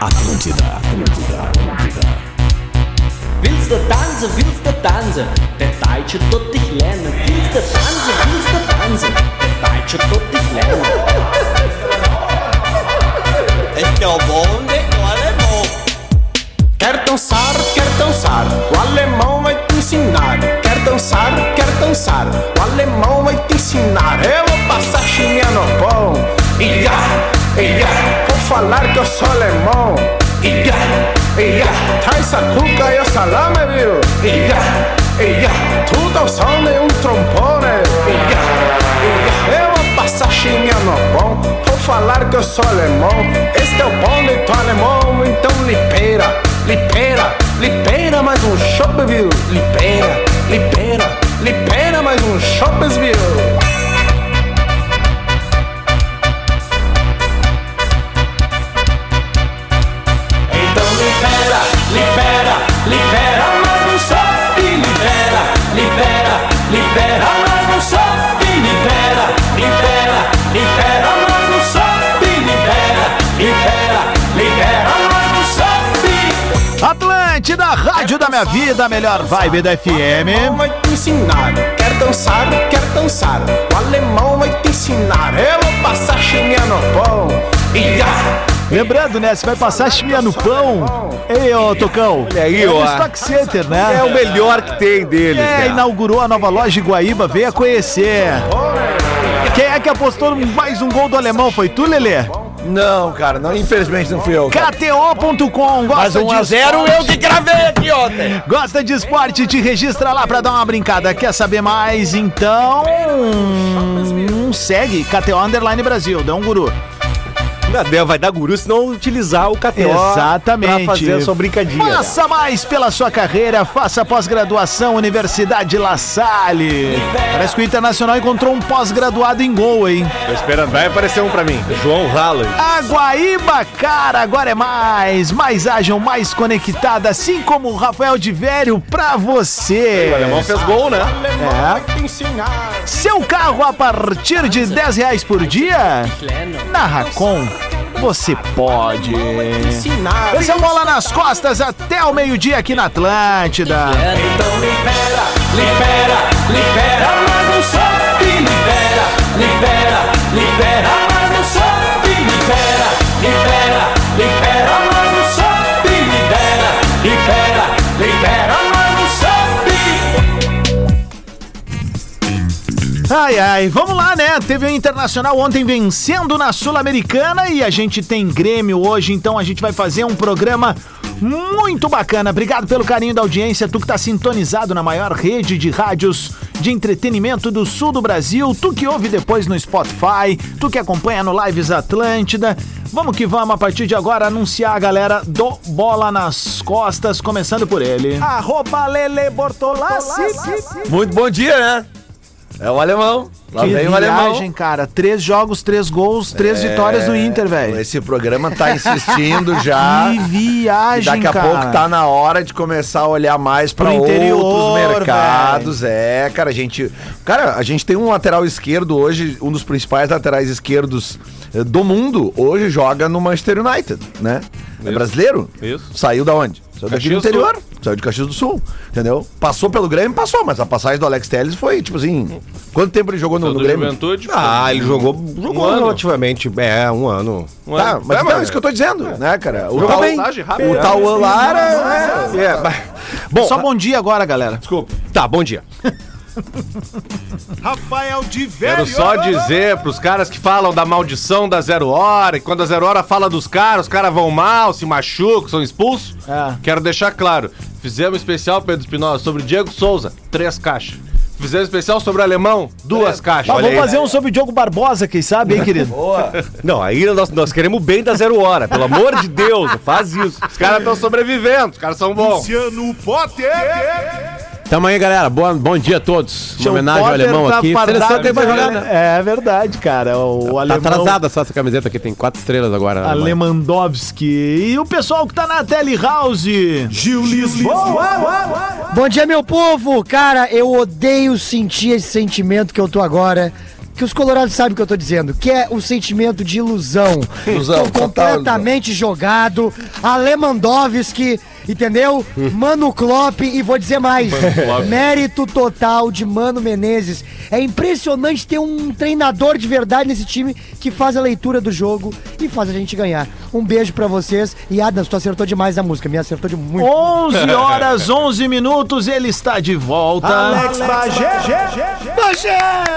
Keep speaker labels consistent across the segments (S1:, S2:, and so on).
S1: Atlântida. Atlântida, Atlântida.
S2: Willst du tanzen, willst du tanzen? Der Deutsche tut dich lernen. Willst du tanzen, willst du tanzen? Der Deutsche tut dich lernen.
S3: Este é o bonde do alemão.
S4: Quer dançar, quer dançar, o alemão vai te ensinar. Quer dançar, quer dançar, o alemão vai te ensinar. Eu vou passar chininha no pão, ilha, ilha. Vou falar que eu sou alemão, ilha, ilha. Traz a tá cuca e o salame, viu? Ilha, ilha. Tudo ao som de um trombone, ilha, ilha. Eu vou passar chininha é no pão, vou falar que eu sou alemão. Este é o bonde do alemão, então lipeira. Libera, libera mais um shopping, viu? Libera, libera, libera mais um shopping, viu? Então libera, libera, libera mais um shopping, libera, libera, libera mais um shopping, libera, libera, libera mais um shopping, libera, libera, libera mais um shopping.
S1: Atlântida, Rádio da Minha Vida, a melhor vibe da
S4: alemão
S1: FM.
S4: vai te ensinar. Quer dançar, quer dançar. O alemão vai te ensinar. Eu vou passar chininha no pão. Ia.
S1: Lembrando, né? Você vai passar chimia no pão. Ei, ô Tocão.
S5: Olha aí,
S1: é do
S5: ó.
S1: Stock Center, né?
S5: É o melhor que tem deles,
S1: É,
S5: né?
S1: inaugurou a nova loja Iguaíba, venha conhecer. Quem é que apostou no mais um gol do alemão? Foi tu, Lelê?
S5: Não, cara, não, infelizmente não fui eu. cara.
S1: KTO.com,
S5: Mas
S1: gosta
S5: 1 a
S1: de
S5: 0
S1: esporte?
S5: eu que gravei aqui ontem.
S1: Gosta de esporte? Te registra lá pra dar uma brincada. Quer saber mais? Então. hum, Segue KTO Underline Brasil, dá um guru.
S5: Não, vai dar guru se não utilizar o KTO
S1: Exatamente.
S5: pra fazer a sua brincadinha.
S1: Faça mais pela sua carreira, faça pós-graduação Universidade La Salle. Parece que o Internacional encontrou um pós-graduado em gol, hein?
S5: Tô esperando, vai aparecer um pra mim. João Ralo.
S1: Aguaíba, cara, agora é mais, mais ágil, mais conectada, assim como o Rafael de Vério pra você.
S5: O alemão fez gol, né?
S4: É. Alemão vai te ensinar.
S1: Seu carro a partir de 10 reais por dia? Na Racon, você pode.
S4: Ensinar.
S1: Esse é o Bola nas Costas até o meio-dia aqui na Atlântida.
S4: Então libera, libera, libera mais um shopping. Libera, libera, libera mais um shopping. Libera, libera, libera mais um shopping. Libera, libera, libera mais um shopping.
S1: Ai, ai, vamos lá, né? Teve o Internacional ontem vencendo na Sul-Americana e a gente tem Grêmio hoje, então a gente vai fazer um programa muito bacana. Obrigado pelo carinho da audiência, tu que tá sintonizado na maior rede de rádios de entretenimento do sul do Brasil, tu que ouve depois no Spotify, tu que acompanha no Lives Atlântida. Vamos que vamos a partir de agora anunciar a galera do Bola nas Costas, começando por ele. Arroba Lele Bortolassi.
S5: Muito bom dia, né? É o alemão. Lá
S1: Que
S5: vem
S1: viagem,
S5: o alemão.
S1: cara. Três jogos, três gols, três
S6: É,
S1: vitórias do Inter, velho.
S5: Esse programa tá insistindo já.
S1: Que
S5: E
S1: viagem,
S5: daqui a
S1: cara.
S5: pouco tá na hora de começar a olhar mais pra
S1: Pro
S5: outros
S1: interior,
S5: mercados. É, cara, a gente. Cara, a gente tem um lateral esquerdo hoje, um dos principais laterais esquerdos eh, do mundo, hoje joga no Manchester United, né? É brasileiro?
S7: Isso.
S5: Saiu da onde? Saiu daqui do
S7: Caxias do
S5: interior. Saiu de Caxias do Sul, entendeu? Passou pelo Grêmio, passou, mas a passagem do Alex Telles foi, tipo assim. Quanto tempo ele jogou no,
S7: Saiu
S5: no
S7: do
S5: Grêmio?
S7: Juventude,
S5: Ah,
S7: foi
S5: ele jogou,
S7: um
S5: jogou
S7: ano.
S5: relativamente. É, um ano.
S7: Um
S5: tá,
S7: ano.
S5: mas
S7: É,
S5: então, é
S7: mas-
S5: isso que eu tô dizendo, né, cara? O
S7: Jogou
S5: Tauan-
S7: bem.
S5: O Tauan Lara. É, é, bah. Bom,
S1: Só bom dia agora, galera.
S5: desculpa. Tá, bom dia.
S1: Rafael de
S7: Quero só dizer pros caras que falam da maldição da zero hora, e quando a zero hora fala dos caras, os caras vão mal, se machucam, são expulsos.
S1: É.
S7: Quero deixar claro: fizemos especial, Pedro Espinosa, sobre Diego Souza, três caixas. Fizemos especial sobre o alemão,
S8: É.
S7: duas caixas.
S1: vamos fazer um sobre o Diogo Barbosa, quem sabe, hein, querido?
S8: Não, aí nós, nós queremos bem da zero hora, pelo amor de Deus, não faz isso.
S7: Os caras estão sobrevivendo, os caras são bons.
S8: Tamo aí, galera. Boa, bom dia a todos. Uma homenagem ao
S1: Potter
S8: alemão
S1: tá
S8: aqui.
S1: fardado
S8: Seleção
S1: de
S8: tem pra jogar,
S1: ale-
S8: né?
S1: É verdade, cara. O
S8: Tá
S1: alemão...
S8: atrasada só essa camiseta aqui, tem quatro estrelas agora. né, mano?
S1: Alemandowski. E o pessoal que tá na Telehouse.
S9: Bom dia, meu povo! Cara, eu odeio sentir esse sentimento que eu tô agora que os colorados sabem o que eu tô dizendo, que é o sentimento de ilusão.
S5: Ilusão,
S9: Tô
S5: total
S9: completamente jogado. Alemandowski, entendeu?
S5: Hum.
S9: Mano Klopp e vou dizer mais. Mérito total de Mano Menezes. É impressionante ter um treinador de verdade nesse time que faz a leitura do jogo e faz a gente ganhar. Um beijo pra vocês e Adams, tu acertou demais a música, me acertou de muito.
S1: 11 horas, 11 minutos, ele está de volta. Alex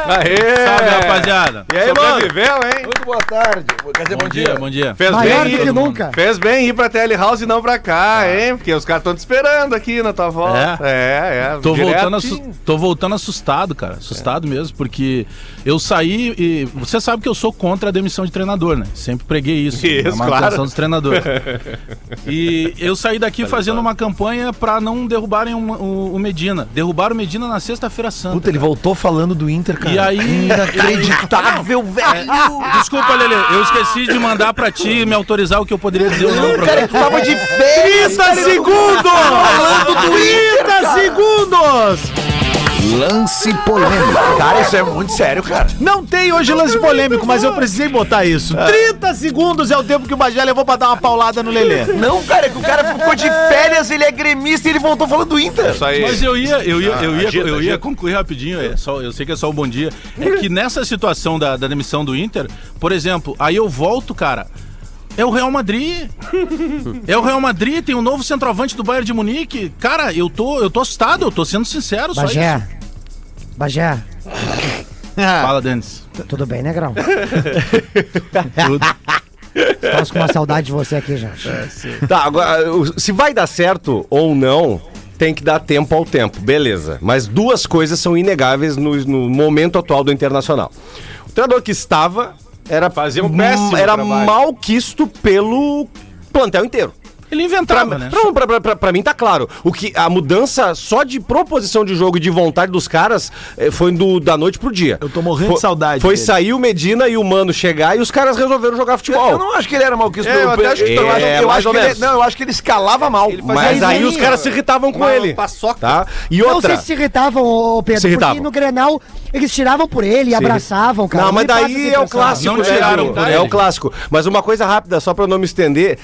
S7: Aê!
S1: É,
S6: Salve, rapaziada.
S7: E aí, mano? Sobreviveu, hein?
S5: Muito boa tarde. Quer dizer,
S6: Bom, dia, bom dia.
S7: Fez
S9: Maior
S7: bem
S9: do que
S7: ir,
S9: nunca.
S7: Fez bem ir pra TL House e não pra cá,
S5: Ah.
S7: hein? Porque os caras estão te esperando aqui na tua volta. É, é.
S6: Tô voltando,
S7: direto. É.
S6: assu- tô voltando assustado, cara. Assustado mesmo, porque eu saí e. Você sabe que eu sou contra a demissão de treinador, né? Sempre preguei isso. né?
S7: Isso,
S6: a manutenção
S7: claro.
S6: dos treinadores. E eu saí daqui fazendo uma campanha pra não derrubarem o, o- o Medina. Derrubaram o Medina na sexta-feira santa.
S5: Puta, ele voltou falando do Inter, cara.
S6: E aí. é,
S5: Inacreditável, velho.
S6: Desculpa, Lele, eu esqueci de mandar pra ti me autorizar o que eu poderia dizer ou não pra
S5: Cara, é tu tava de férias.
S1: 30 segundos! Falando do 30 segundos!
S5: Lance polêmico. Cara, isso é muito sério, cara.
S1: Não tem hoje lance polêmico, mas eu precisei botar isso. 30 segundos é o tempo que o Bagé levou pra dar uma paulada no Lelê.
S5: Não, cara, é que o cara ficou de férias, ele é gremista e ele voltou falando do Inter.
S7: Isso aí.
S6: Mas eu ia, eu
S5: Ah,
S6: ia, eu ia,
S7: agita,
S6: eu
S7: agita.
S6: ia concluir rapidinho, é só, eu sei que é só o bom dia. É que nessa situação da, da demissão do Inter, por exemplo, aí eu volto, cara. É o Real Madrid. É o Real Madrid, tem o novo centroavante do Bayern de Munique. Cara, eu tô, eu tô assustado, eu tô sendo sincero, só isso.
S9: Bagé. Bagé,
S6: Fala, Denis.
S9: t- tudo bem, negrão? Posso com uma saudade de você aqui, já.
S8: Tá, agora, o- se vai dar certo ou não, Então, tem que dar tempo ao tempo, beleza. Mas duas coisas são inegáveis no, no momento atual do Internacional. O treinador que estava era,
S7: Fazia um
S8: hum,
S7: péssimo
S8: era
S7: trabalho.
S8: malquisto pelo plantel inteiro.
S6: Ele
S8: Pra,
S6: inventava, né?
S8: pra- pra- pra- pra mim tá claro. O que, a mudança só de proposição de jogo e de vontade dos caras eh, foi do, da noite pro dia.
S1: Eu tô morrendo
S8: Foi-
S1: de saudade
S8: Foi
S1: dele.
S8: sair o Medina e o Mano chegar e os caras resolveram jogar futebol.
S5: Eu não acho que ele era malquisto.
S7: É, eu até acho que-
S5: eu acho,
S8: É,
S5: eu
S8: mais
S5: acho
S8: ou
S5: que ele-
S8: menos.
S5: Não, eu acho que ele escalava mal.
S8: Mas aí
S5: ele-
S8: os caras se irritavam com
S7: Uma
S8: ele.
S7: paçoca.
S8: Tá? E
S9: Não
S8: outra.
S9: sei se se irritavam, ô, ô, Pedro,
S8: Se irritavam.
S9: porque no Grenal eles tiravam por ele, abraçavam, cara.
S8: Não, mas
S9: me passa
S8: daí
S9: essa
S8: é o
S9: impressão.
S8: clássico,
S6: Não tiraram,
S8: Edu?
S6: tá,
S8: É o
S6: ele.
S8: clássico. Mas uma coisa rápida, só pra eu não me estender.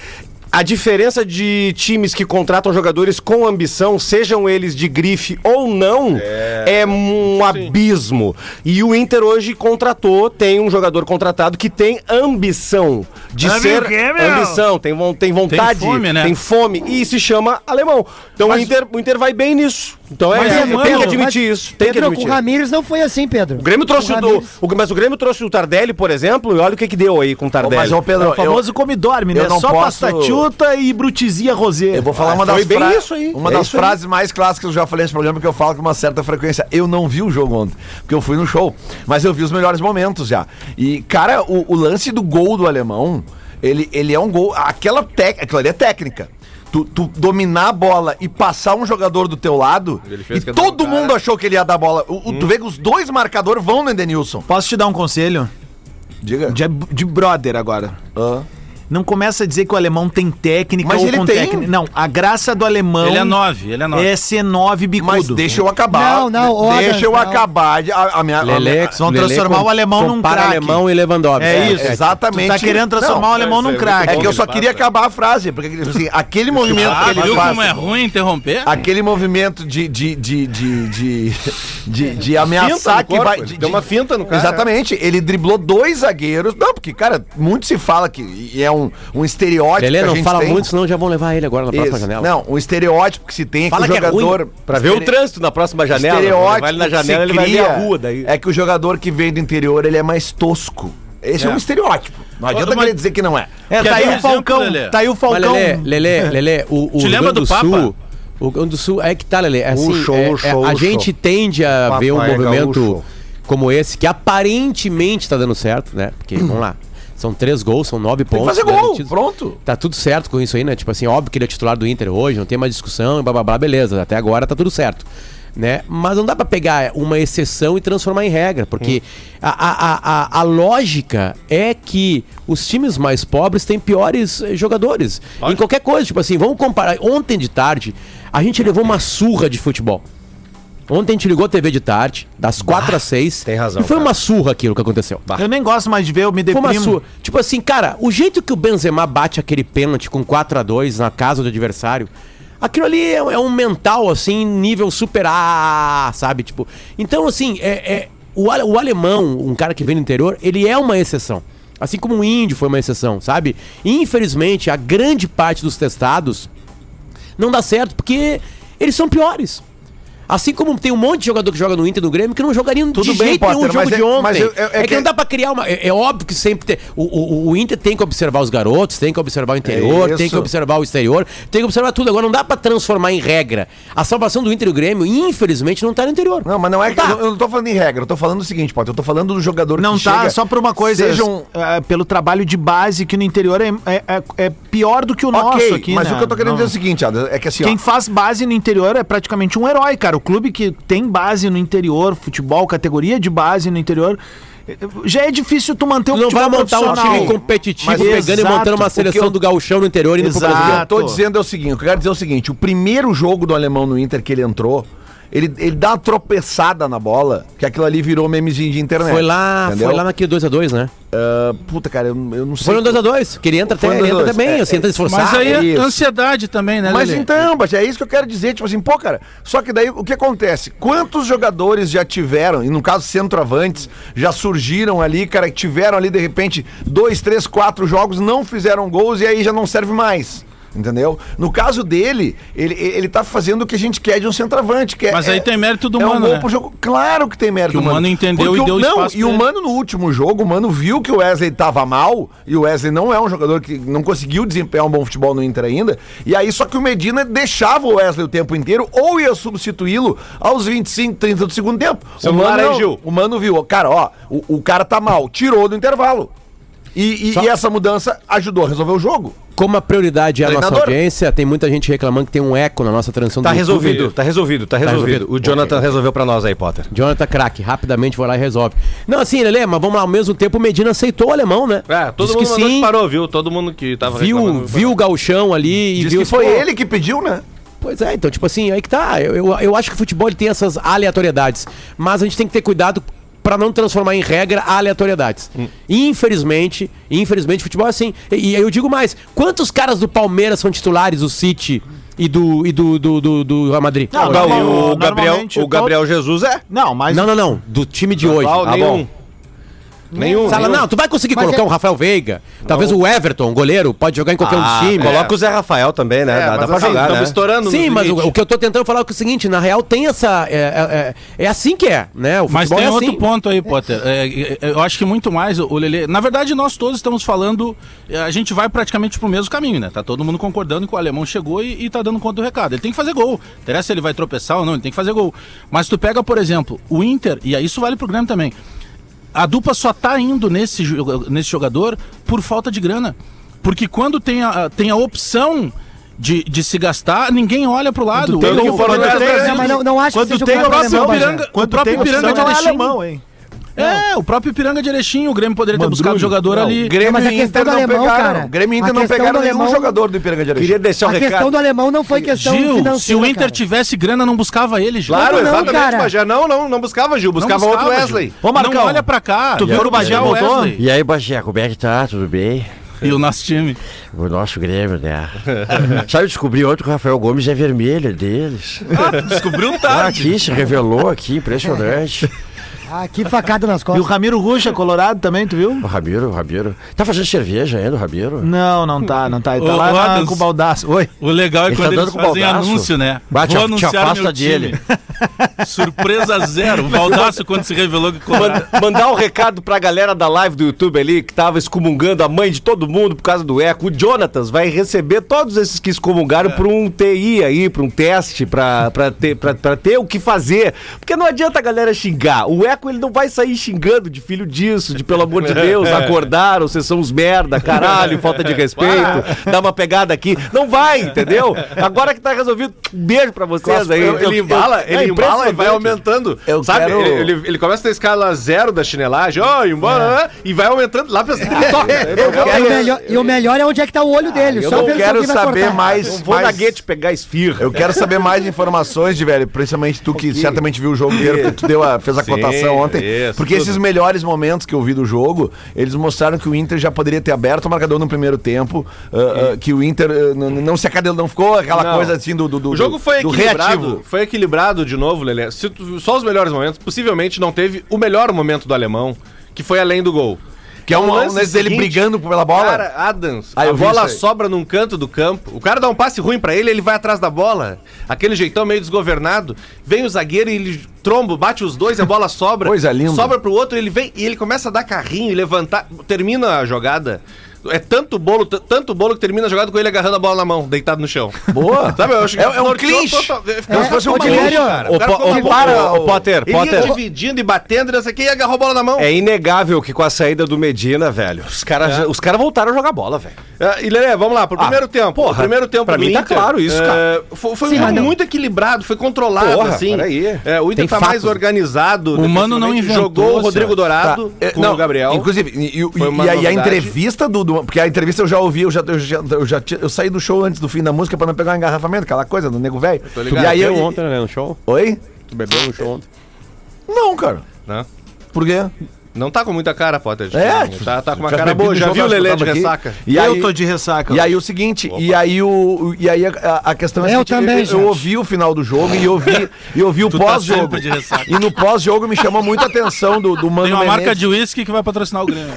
S8: A diferença de times que contratam jogadores com ambição, sejam eles de grife ou não, é, um abismo. E o Inter hoje contratou, tem um jogador contratado que tem ambição de ser ambição, tem, von- tem vontade, tem fome,
S6: fome, né?
S8: e se chama alemão. Então o, Inter, o Inter vai bem nisso. Então é,
S9: Mas,
S8: tem
S9: Emmanuel,
S8: que admitir
S9: mas,
S8: isso, tem que
S9: Pedro,
S8: admitir.
S9: com o Ramires não foi assim, Pedro.
S8: O Grêmio trouxe o, do- o- mas o Grêmio trouxe o Tardelli, por exemplo, e olha o que que deu aí com o Tardelli.
S5: Mas, é ô Pedro,
S1: é O famoso come e dorme, né?
S5: eu não
S1: Só
S5: posso-
S1: pasta tchuta e Ah, brutizia rosé.
S5: Eu vou falar uma
S8: foi
S5: das,
S8: bem
S5: fra-
S8: isso aí,
S5: uma
S8: é
S5: das
S8: isso aí.
S5: frases mais clássicas que eu já falei nesse programa, que eu falo com uma certa frequência. Eu não vi o jogo ontem, porque eu fui no show, mas eu vi os melhores momentos já. E, cara, o, o lance do gol do alemão, ele, ele é um gol. Aquela tec, aquilo ali é técnica. Tu, tu dominar a bola e passar um jogador do teu lado,
S7: fez
S5: e
S7: que
S5: todo
S7: cara.
S5: mundo achou que ele ia dar a bola. O- o- Tu vê que os dois marcadores vão no Edenilson.
S1: Posso te dar um conselho?
S5: Diga.
S1: De, de brother agora.
S5: Ah.
S1: Não começa a dizer que o alemão tem técnica
S5: Mas
S1: ou
S5: ele
S1: com
S5: tem.
S1: técnica. Não, a graça do alemão
S6: Ele é nove, ele é nove.
S1: é ser nove bicudo.
S5: Mas deixa eu acabar.
S9: Não, não, ô, Adams,
S5: Deixa eu
S9: não.
S5: acabar. de- A, a minha, a minha-
S1: vão transformar o alemão num craque. alemão e Lewandowski. É, isso.
S5: exatamente.
S1: Tu tá querendo transformar
S5: Não,
S1: o alemão
S7: isso é
S1: num
S7: muito
S1: craque.
S5: É que eu só
S7: Ele
S5: queria
S7: passa.
S5: acabar a frase, porque ele- assim, aquele movimento
S6: Ah,
S5: que ele
S6: viu
S5: faz.
S6: como é ruim interromper?
S5: Aquele movimento de, de, de, de, de, de, de
S7: É, Finta
S5: ameaçar
S7: no
S5: que
S7: corpo,
S5: vai.
S7: ele
S5: de-
S7: deu uma
S5: de-
S7: finta no cara.
S5: Exatamente. Ele driblou dois zagueiros. Não, porque, cara, muito se fala que e é um, um estereótipo.
S10: Lelê,
S5: que a
S10: não
S5: gente
S10: fala
S5: tem.
S10: muito, senão já vão levar ele
S7: É,
S10: agora na próxima
S5: Isso.
S10: janela.
S5: Não, um estereótipo que se tem é que o jogador.
S8: Pra ver o trânsito na próxima janela.
S5: estereótipo
S8: Vai na
S5: que
S8: janela,
S5: se
S8: ele vai ver
S5: cria
S8: a rua daí.
S5: É que o jogador que vem do interior, ele é mais tosco. Esse é, um estereótipo. Não adianta
S6: Mas-
S5: querer dizer que não é.
S1: É,
S6: Quer
S1: tá aí
S6: ver um
S1: o
S6: exemplo,
S1: Falcão.
S6: Lelê?
S1: Tá aí o
S10: Mas,
S1: Falcão.
S10: Lelê, Lelê, Lelê, o, o
S6: Te lembra
S10: Rio Grande
S6: do Papa?
S10: Sul, o Rio Grande do Sul é que tá, Lelê, é assim,
S8: show,
S10: é-
S8: o
S10: é-
S8: show,
S10: a
S8: o
S10: gente
S8: show.
S10: tende a ver um
S8: Papai
S10: movimento
S8: gaúcho.
S10: como esse, que aparentemente tá dando certo, né, porque, vamos lá, são três gols, são nove
S5: que
S10: pontos.
S5: fazer gol,
S10: garantidos.
S5: pronto.
S10: Tá tudo certo com isso aí, né, tipo assim, óbvio que ele é titular do Inter hoje, não tem mais discussão, e blá, blá, blá, beleza, até agora tá tudo certo. Né? Mas não dá pra pegar uma exceção e transformar em regra, porque a, a, a, a, a lógica é que os times mais pobres têm piores eh, jogadores. Em qualquer coisa, tipo assim, vamos comparar. Ontem de tarde, a gente levou uma surra de futebol. Ontem a gente ligou a TV de tarde, das 4 às 6.
S8: tem razão,
S10: E foi
S8: cara.
S10: uma surra aquilo que aconteceu.
S1: Eu nem gosto mais de ver, eu me
S10: Foi
S1: deprimo.
S10: uma sua. Tipo assim, cara, o jeito que o Benzema bate aquele pênalti com 4 a 2 na casa do adversário, aquilo ali é, é um mental, assim, nível super A, sabe? Tipo, então, assim, é, é- o, ale- o alemão, um cara que vem do interior, ele é uma exceção. Assim como o índio foi uma exceção, sabe? Infelizmente, a grande parte dos testados não dá certo porque eles são piores. Assim como tem um monte de jogador que joga no Inter e no Grêmio que não um jogariam
S5: Tudo
S10: de
S5: bem,
S10: jeito nenhum
S5: Potter,
S10: o jogo
S5: mas é-
S10: de ontem.
S5: mas eu- eu-
S10: é,
S5: é
S10: que,
S5: que-
S10: não dá pra criar uma. É, é óbvio que sempre tem. O, o- o Inter tem que observar os garotos, tem que observar o interior,
S5: É
S10: tem que
S5: isso.
S10: observar o exterior, tem que observar tudo. Agora não dá pra transformar em regra. A salvação do Inter e do Grêmio, infelizmente, não tá no interior.
S5: Não, mas não é que
S10: Tá.
S5: eu, eu não tô falando em regra, eu tô falando o seguinte, Potter, eu tô falando do jogador
S1: Não
S5: que
S1: tá,
S5: chega,
S1: só por uma coisa,
S5: Seja um,
S1: é, pelo trabalho de base que no interior é, é- é- é pior do que o nosso
S5: ok,
S1: aqui,
S5: mas
S1: né?
S5: o que eu tô querendo
S1: Não.
S5: dizer é o seguinte, Adams, é que assim,
S1: Quem faz base no interior é praticamente um herói, cara. O clube que tem base no interior, futebol, categoria de base no interior, eh, já é difícil tu manter o
S10: Tu não vai
S1: futebol
S10: montar um
S1: profissional.
S10: time competitivo
S1: Mas-
S10: pegando e
S1: Exato,
S10: montando uma
S1: porque
S10: seleção
S1: eu-
S10: do gauchão no interior indo pro
S1: Exato.
S10: Brasil.
S5: O que eu tô dizendo é o seguinte, o que eu quero dizer é o seguinte, o primeiro jogo do alemão no Inter que ele entrou, ele, ele dá uma tropeçada na bola, que aquilo ali virou memezinho de internet.
S10: Foi lá,
S5: entendeu?
S10: foi lá naquele 2x2, né?
S5: Ah, puta, cara, eu, eu não sei.
S10: Foi no 2x2, que ele entra
S5: Foi
S10: até,
S5: no
S10: ele entra
S5: 2x2,
S10: também,
S5: é,
S10: assim, entra esforçado.
S6: Mas aí é
S5: isso.
S6: ansiedade também, né,
S5: Mas
S6: Lelê?
S5: então, Bati, é isso que eu quero dizer. Tipo assim, pô, cara, só que daí o que acontece? Quantos jogadores já tiveram, e no caso centroavantes, já surgiram ali, cara, que tiveram ali de repente dois, três, quatro jogos, não fizeram gols e aí já não serve mais. Entendeu? No caso dele, ele, ele tá fazendo o que a gente quer de um centroavante. Que é-
S6: Mas aí
S5: é-
S6: tem mérito do
S5: é
S6: Mano,
S5: Um gol
S6: né?
S5: pro jogo. Claro que tem mérito
S6: Que o
S5: do
S6: Mano entendeu
S5: Porque
S6: e
S5: o-
S6: deu
S5: não,
S6: espaço
S5: E o
S6: pra ele.
S5: Mano, no último jogo, o Mano viu que o Wesley tava mal, e o Wesley não é um jogador que não conseguiu desempenhar um bom futebol no Inter ainda, e aí só que o Medina deixava o Wesley o tempo inteiro, ou ia substituí-lo aos 25, 30 do segundo tempo. o
S7: Celular
S5: Mano,
S7: aí,
S5: não.
S7: Gil.
S5: o Mano viu, ó, cara, ó, o, o cara tá mal, tirou do intervalo. E, e- e essa mudança ajudou a resolver o jogo.
S10: Como a prioridade é a nossa
S5: Treinador.
S10: audiência, tem muita gente reclamando que tem um eco na nossa transição
S8: Tá
S10: do YouTube.
S8: resolvido, tá resolvido, tá resolvido.
S10: resolvido.
S8: O Jonathan resolveu pra nós aí, Potter.
S10: Jonathan Crack, rapidamente vai lá e resolve. Não, assim, Lelê, mas vamos lá, ao mesmo tempo o Medina aceitou o alemão, né?
S7: É, todo
S10: Diz
S7: mundo
S10: que
S7: mandou
S10: sim,
S7: que parou, viu? Todo mundo que tava
S10: viu,
S7: reclamando.
S10: viu o galchão ali e
S5: Diz
S10: viu...
S5: que foi
S10: Pô,
S5: ele que pediu, né?
S10: Pois é, então, tipo assim, aí que tá. Eu, eu, eu acho que o futebol ele tem essas aleatoriedades, mas a gente tem que ter cuidado pra não transformar em regra aleatoriedades. Infelizmente, infelizmente, o futebol é assim. E, e aí eu digo mais, quantos caras do Palmeiras são titulares do City e do, e do, do, do, do Real Madrid?
S1: Não,
S8: O, Ga-
S1: normal-
S8: o Gabriel,
S1: normalmente
S8: o Gabriel Jesus é.
S1: Não, mas
S10: Não, não, não, do time de hoje.
S7: Qual?
S8: Tá
S7: nenhum.
S8: bom. Nenhum.
S10: Sala,
S8: nenhum.
S10: não, tu vai conseguir
S9: Mas
S10: colocar
S9: é-
S10: o Rafael Veiga. Talvez o Everton, um goleiro, pode jogar em qualquer um
S8: Ah,
S10: dos times.
S8: Coloca o Zé Rafael também, né?
S7: É,
S8: dá dá
S7: mas
S8: pra
S7: assim,
S8: jogar,
S7: tamo
S8: né?
S7: estourando
S10: Sim,
S7: nos
S10: mas o,
S7: limites.
S10: o que eu tô tentando falar é, que é o seguinte, na real tem essa. É, é, é- é assim que é, né? O
S6: Mas
S10: futebol
S6: tem
S10: é
S6: outro
S10: assim.
S6: ponto aí, Potter. É, é, é, eu acho que muito mais o Lelê. Na verdade, nós todos estamos falando. é, A gente vai praticamente pro mesmo caminho, né? Tá todo mundo concordando que o alemão chegou e, e tá dando conta do recado. Ele tem que fazer gol. Interessa se ele vai tropeçar ou não, ele tem que fazer gol. Mas tu pega, por exemplo, o Inter, e aí isso vale pro Grêmio também. A dupla só tá indo nesse, jo- nesse jogador por falta de grana. Porque quando tem a, tem a opção. De, de se gastar, ninguém olha pro lado.
S9: Então,
S1: tem
S6: O-
S1: o
S6: o-
S1: Fernando
S6: o-
S1: Torres,
S6: é Brasil-
S1: né,
S9: mas não- não acho que
S1: quando
S9: seja o
S1: tem o
S9: próprio
S1: próprio
S9: alemão,
S1: Piranga,
S6: né?
S1: quando
S6: O próprio
S1: tem opção,
S6: Piranga de
S1: não é
S6: Erechim.
S1: alemão, hein?
S6: É, o próprio Piranga de Erechim, o Grêmio poderia ter buscado o jogador ali.
S5: Grêmio
S9: mas a
S5: e
S9: questão
S5: Inter
S9: do
S5: não
S9: alemão,
S5: pegaram.
S9: cara,
S5: Grêmio e
S9: a
S5: Inter não
S9: questão
S5: pegaram
S9: do
S5: nenhum
S9: alemão-
S5: jogador do Ipiranga de Erechim.
S8: Queria deixar o
S9: a questão
S8: recado.
S9: do alemão não foi questão
S6: Gil,
S9: financeira.
S6: se o Inter
S9: cara.
S6: tivesse grana, não buscava ele, Gil.
S7: Claro,
S9: Não, não,
S7: exatamente,
S9: cara.
S7: mas já não, não, não buscava Gil,
S6: Não
S7: buscava, outro
S6: Gil.
S7: Wesley.
S1: Ô, Marcão,
S6: não olha pra cá.
S1: tu
S6: Já
S1: viu o
S6: buscar
S1: Bagé
S6: é tá o
S1: botou?
S6: Wesley.
S11: E aí, Bagé, como é que tá? Tudo bem?
S6: E o nosso time.
S11: O nosso Grêmio, né? Sabe, eu descobri ontem que o Rafael Gomes é vermelho é deles.
S7: Descobriu
S11: Ah,
S7: tarde.
S11: aqui, se revelou aqui, impressionante.
S9: Ah, que facada nas
S1: E o
S9: costas.
S1: Ramiro Ruxa, colorado também, tu viu?
S11: O Ramiro, o Ramiro. Tá fazendo cerveja ainda, o Ramiro?
S1: Não, não tá, não tá. Ele tá
S6: Ô,
S1: lá
S6: ô,
S1: na-
S6: Adams.
S1: com o baldaço. Oi.
S6: O legal é
S11: Ele tá
S6: quando
S11: dando
S6: eles
S11: com o
S6: fazem
S11: Baldasso.
S6: anúncio, né?
S11: Bah, te- te afasta
S6: time.
S11: dele.
S6: Surpresa zero. O Baldaço, quando se revelou que colorado.
S8: Manda- mandar um recado pra galera da live do YouTube ali, que tava excomungando a mãe de todo mundo por causa do eco. O Jonatas vai receber todos esses que excomungaram
S5: É.
S8: por um TI aí, por um teste, pra, pra, ter, pra, pra ter o que fazer. Porque não adianta a galera xingar. O eco saco, ele não vai sair xingando de filho disso, de pelo amor de Deus,
S5: É.
S8: acordaram, vocês são uns merda, caralho, falta de respeito, dá uma pegada aqui. Não vai, entendeu? Agora que tá resolvido, beijo pra vocês aí.
S7: Eu- ele embala, ele embala e vai aumentando.
S5: Eu
S7: sabe?
S5: quero-
S7: Ele, ele- ele começa na escala zero da chinelagem, ó,
S8: É.
S7: embora, né, e vai aumentando lá pra
S9: E o, melhor, e o melhor é onde é que tá o olho dele.
S5: Eu
S9: só
S5: não
S9: vendo se
S5: quero
S9: alguém vai
S5: saber
S9: cortar.
S5: mais.
S8: Eu vou
S5: mais-
S8: na guete pegar esfirra.
S5: Eu quero saber mais informações de velho, principalmente tu que certamente viu o jogo inteiro, porque tu deu a, fez a
S7: Sim,
S5: cotação ontem.
S7: isso,
S5: porque
S7: tudo.
S5: esses melhores momentos que eu vi do jogo, eles mostraram que o Inter já poderia ter aberto o marcador no primeiro tempo, ah, ah, que o Inter ah, n- n- não se acadeu, não ficou aquela
S7: Não.
S5: coisa assim do, do, do-
S7: O jogo foi
S5: do
S7: equilibrado.
S5: reativo.
S7: Foi equilibrado de novo, Lelé. Se tu- Só os melhores momentos. Possivelmente não teve o melhor momento do alemão, que foi além do gol.
S5: Que é um
S7: No
S5: lance dele
S7: seguinte,
S5: brigando pela bola.
S7: Cara, Adams,
S5: Ah,
S7: a
S5: eu vi
S7: bola
S5: isso aí.
S7: sobra num canto do campo. O cara dá um passe ruim pra ele, ele vai atrás da bola. Aquele jeitão meio desgovernado. Vem o zagueiro e ele trombo, bate os dois, a bola sobra.
S5: Coisa linda.
S7: Sobra pro outro, ele vem e ele começa a dar carrinho e levantar. Termina a jogada. É tanto bolo, t- tanto bolo que termina a jogada com ele agarrando a bola na mão, deitado no chão.
S5: Boa.
S7: Sabe, eu acho que
S5: É- é um
S7: norteou
S5: clinch.
S7: total-
S9: É,
S7: Como se fosse um
S9: ô,
S7: clinch,
S9: Diverio,
S7: cara.
S8: ô,
S7: O cara
S8: po-
S7: ficou
S8: ô,
S7: com
S8: para,
S7: bola.
S8: ô, Potter,
S7: Ele ia
S8: Potter.
S7: dividindo e batendo, não sei o que, e agarrou a bola na mão.
S8: É inegável que com a saída do Medina, velho, os caras os cara voltaram a jogar bola, velho. Ah,
S7: É, e Lelê, vamos lá, pro primeiro tempo.
S8: porra,
S7: O primeiro tempo
S8: pra
S7: do
S8: mim tá
S7: Inter,
S8: claro isso,
S7: é,
S8: cara.
S7: Foi, foi
S9: Sim,
S7: um
S9: mas
S7: jogo
S9: não-
S7: muito equilibrado, foi controlado,
S8: Porra,
S7: assim.
S8: peraí.
S7: É, o Inter
S10: Tem
S7: tá mais
S10: fatos.
S7: organizado.
S6: O Mano não
S7: defensivamente,
S6: inventou,
S7: Jogou o Rodrigo
S6: Celso.
S7: Dourado
S8: Tá,
S5: É,
S7: com
S5: não,
S7: o Gabriel.
S5: Inclusive, e, e-
S7: Foi
S5: e-
S7: uma
S5: e aí a
S7: novidade.
S5: entrevista do, do- Porque a entrevista eu já ouvi, eu já, eu já, eu já tinha- eu saí do show antes do fim da música pra não pegar um engarrafamento, aquela coisa do nego velho.
S7: tô ligado.
S5: E aí eu.
S10: Bebeu ontem, né, no show?
S5: Oi?
S10: Tu bebeu no show ontem?
S5: Não, cara.
S7: Não.
S5: Por quê?
S7: Não tá com muita cara, Potter. de
S5: É,
S7: que- tá, tá com uma
S5: já
S7: cara
S5: bebi
S7: boa.
S5: no
S7: Já
S5: jogo,
S7: viu o
S5: acho que
S7: Lelê
S5: eu
S7: de
S5: tava aqui.
S7: ressaca?
S5: E aí,
S1: eu tô de ressaca.
S5: E aí o seguinte, e aí o e aí a, a- a questão
S9: Eu
S5: é a seguinte,
S9: também,
S5: eu,
S9: gente.
S5: ouvi o final do jogo e eu vi e eu vi o
S6: Tu tá
S5: pós-jogo.
S6: sempre de ressaca.
S5: e no pós-jogo me chamou muito a atenção do, do Mano
S6: Tem uma marca
S5: Menezes.
S6: de uísque que vai patrocinar o Grêmio.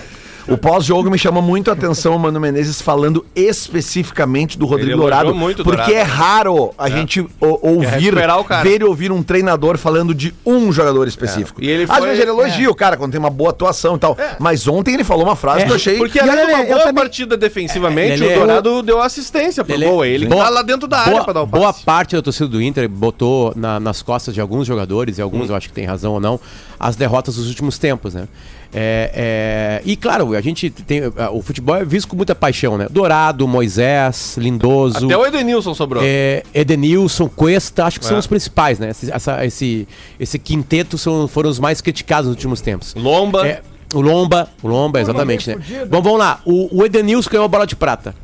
S5: O pós-jogo me chamou muito a atenção o Mano Menezes falando especificamente do
S7: Ele
S5: Rodrigo
S7: elogiou
S5: Dourado,
S7: muito o
S5: porque
S7: Dourado. É
S5: é raro a gente o- ouvir,
S7: recuperar o cara.
S5: ver e ouvir um treinador falando de um jogador específico.
S7: É. E ele
S5: Às
S7: foi- é.
S5: vezes ele elogia o cara quando tem uma boa atuação e tal, mas ontem ele falou uma frase que eu achei...
S7: Porque é-
S9: E
S7: além
S9: olha,
S7: de uma
S9: Lelê, eu
S7: boa
S9: também-
S7: partida defensivamente,
S10: Lelê,
S7: o Dourado deu assistência pro
S10: Lelê,
S7: gol. É Ele que
S10: boa-
S7: tá lá dentro da área
S10: boa,
S7: pra dar o
S10: Boa
S7: passe.
S10: parte da torcida do Inter botou na- nas costas de alguns jogadores, e
S7: Hum.
S10: alguns eu acho que tem razão ou não, as derrotas dos últimos tempos, né? É, é, e claro, a gente tem. O futebol é visto com muita paixão, né? Dourado, Moisés, Lindoso.
S7: Até o Edenilson sobrou.
S10: É, Edenilson, Cuesta, acho que são
S7: É.
S10: os principais, né? Esse, essa- esse, esse quinteto são, foram os mais criticados nos últimos tempos.
S7: Lomba. tá
S10: É, o Lomba, o Lomba, exatamente, né? Bom, vamos lá. O, o Edenilson ganhou uma bola de prata.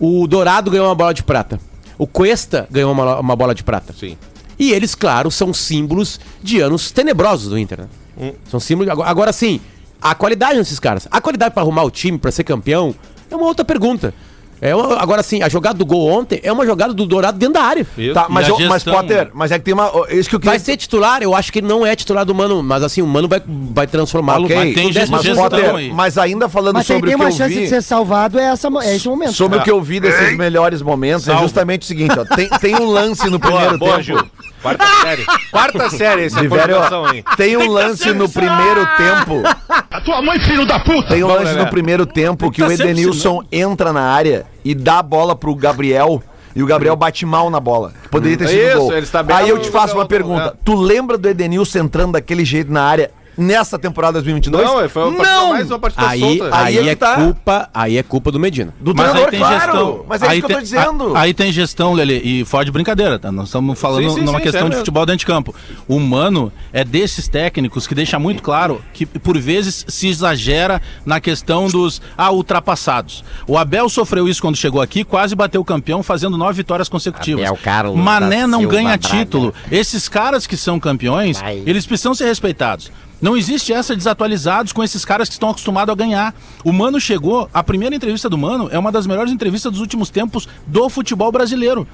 S10: O Dourado ganhou uma bola de prata. O Cuesta ganhou uma, uma bola de prata.
S7: Sim.
S10: E eles, claro, são símbolos de anos tenebrosos do Inter, né? São símbolos. Agora, agora sim, a qualidade desses caras. A qualidade pra arrumar o time, pra ser campeão, é uma outra pergunta. É uma- agora sim, a jogada do gol ontem é uma jogada do Dourado dentro da área.
S7: Isso.
S5: Tá, mas,
S6: E a
S5: eu- mas
S6: gestão,
S5: Potter,
S6: né?
S5: mas é que tem uma... ó, Isso que eu
S10: Vai
S5: queria...
S10: ser titular? Eu acho que ele não é titular do Mano, mas assim, o Mano vai, vai transformá-lo.
S5: Ok,
S10: vai-
S6: tem
S5: mas,
S6: gestão
S5: Potter,
S6: aí.
S5: mas ainda falando
S9: Mas aí
S5: sobre
S9: tem
S5: o que
S9: uma
S5: eu
S9: chance
S5: vi...
S9: de ser salvado é, essa, é esse momento.
S5: Sobre o que eu vi desses melhores momentos, é justamente o seguinte, ó, tem, tem um lance no primeiro
S7: boa,
S5: tempo.
S7: Gil. Quarta série. Quarta série, essa
S5: De velho,
S7: colocação aí.
S5: tem um lance no primeiro tempo.
S4: A tua mãe, filho da puta!
S5: Tem um
S7: Vamos,
S5: lance
S7: Lelé.
S5: no primeiro tempo que
S6: tá
S5: o
S6: sempre
S5: Edenilson entra na área e dá a bola pro Gabriel. E o Gabriel bate mal na bola. que Poderia ter sido
S7: Isso,
S5: gol.
S7: ele está bem
S5: Aí eu
S7: no-
S5: te faço uma pergunta. Tu lembra do Edenilson entrando daquele jeito na área nessa temporada 2022?
S7: Não, foi uma partida
S5: Não!
S7: mais uma partida
S10: Aí,
S7: solta.
S10: aí,
S5: Aí é que
S10: é
S5: tá.
S10: culpa, aí é culpa do Medina.
S5: Do
S6: Mas aí
S5: treinador,
S6: tem
S5: claro.
S6: gestão.
S5: Mas é isso que eu tô
S6: tem-
S5: dizendo.
S6: a- aí tem gestão, Lele, e fora de brincadeira, tá? Nós estamos falando
S7: Sim, sim,
S6: numa
S7: sim,
S5: é
S6: questão
S7: sério
S6: de
S7: mesmo.
S6: futebol dentro de campo. O Mano é desses técnicos que deixa muito claro que, por vezes, se exagera na questão dos ah, ultrapassados. O Abel sofreu isso quando chegou aqui, quase bateu o campeão, fazendo nove vitórias consecutivas.
S11: Abel Carlos
S6: Mané
S11: da
S6: não
S11: Silva
S6: ganha
S11: Braga.
S6: título. Esses caras que são campeões,
S11: Vai.
S6: eles precisam ser respeitados. Não existe essa de desatualizados com esses caras que estão acostumados a ganhar. O Mano chegou, a primeira entrevista do Mano é uma das melhores entrevistas dos últimos tempos do futebol brasileiro.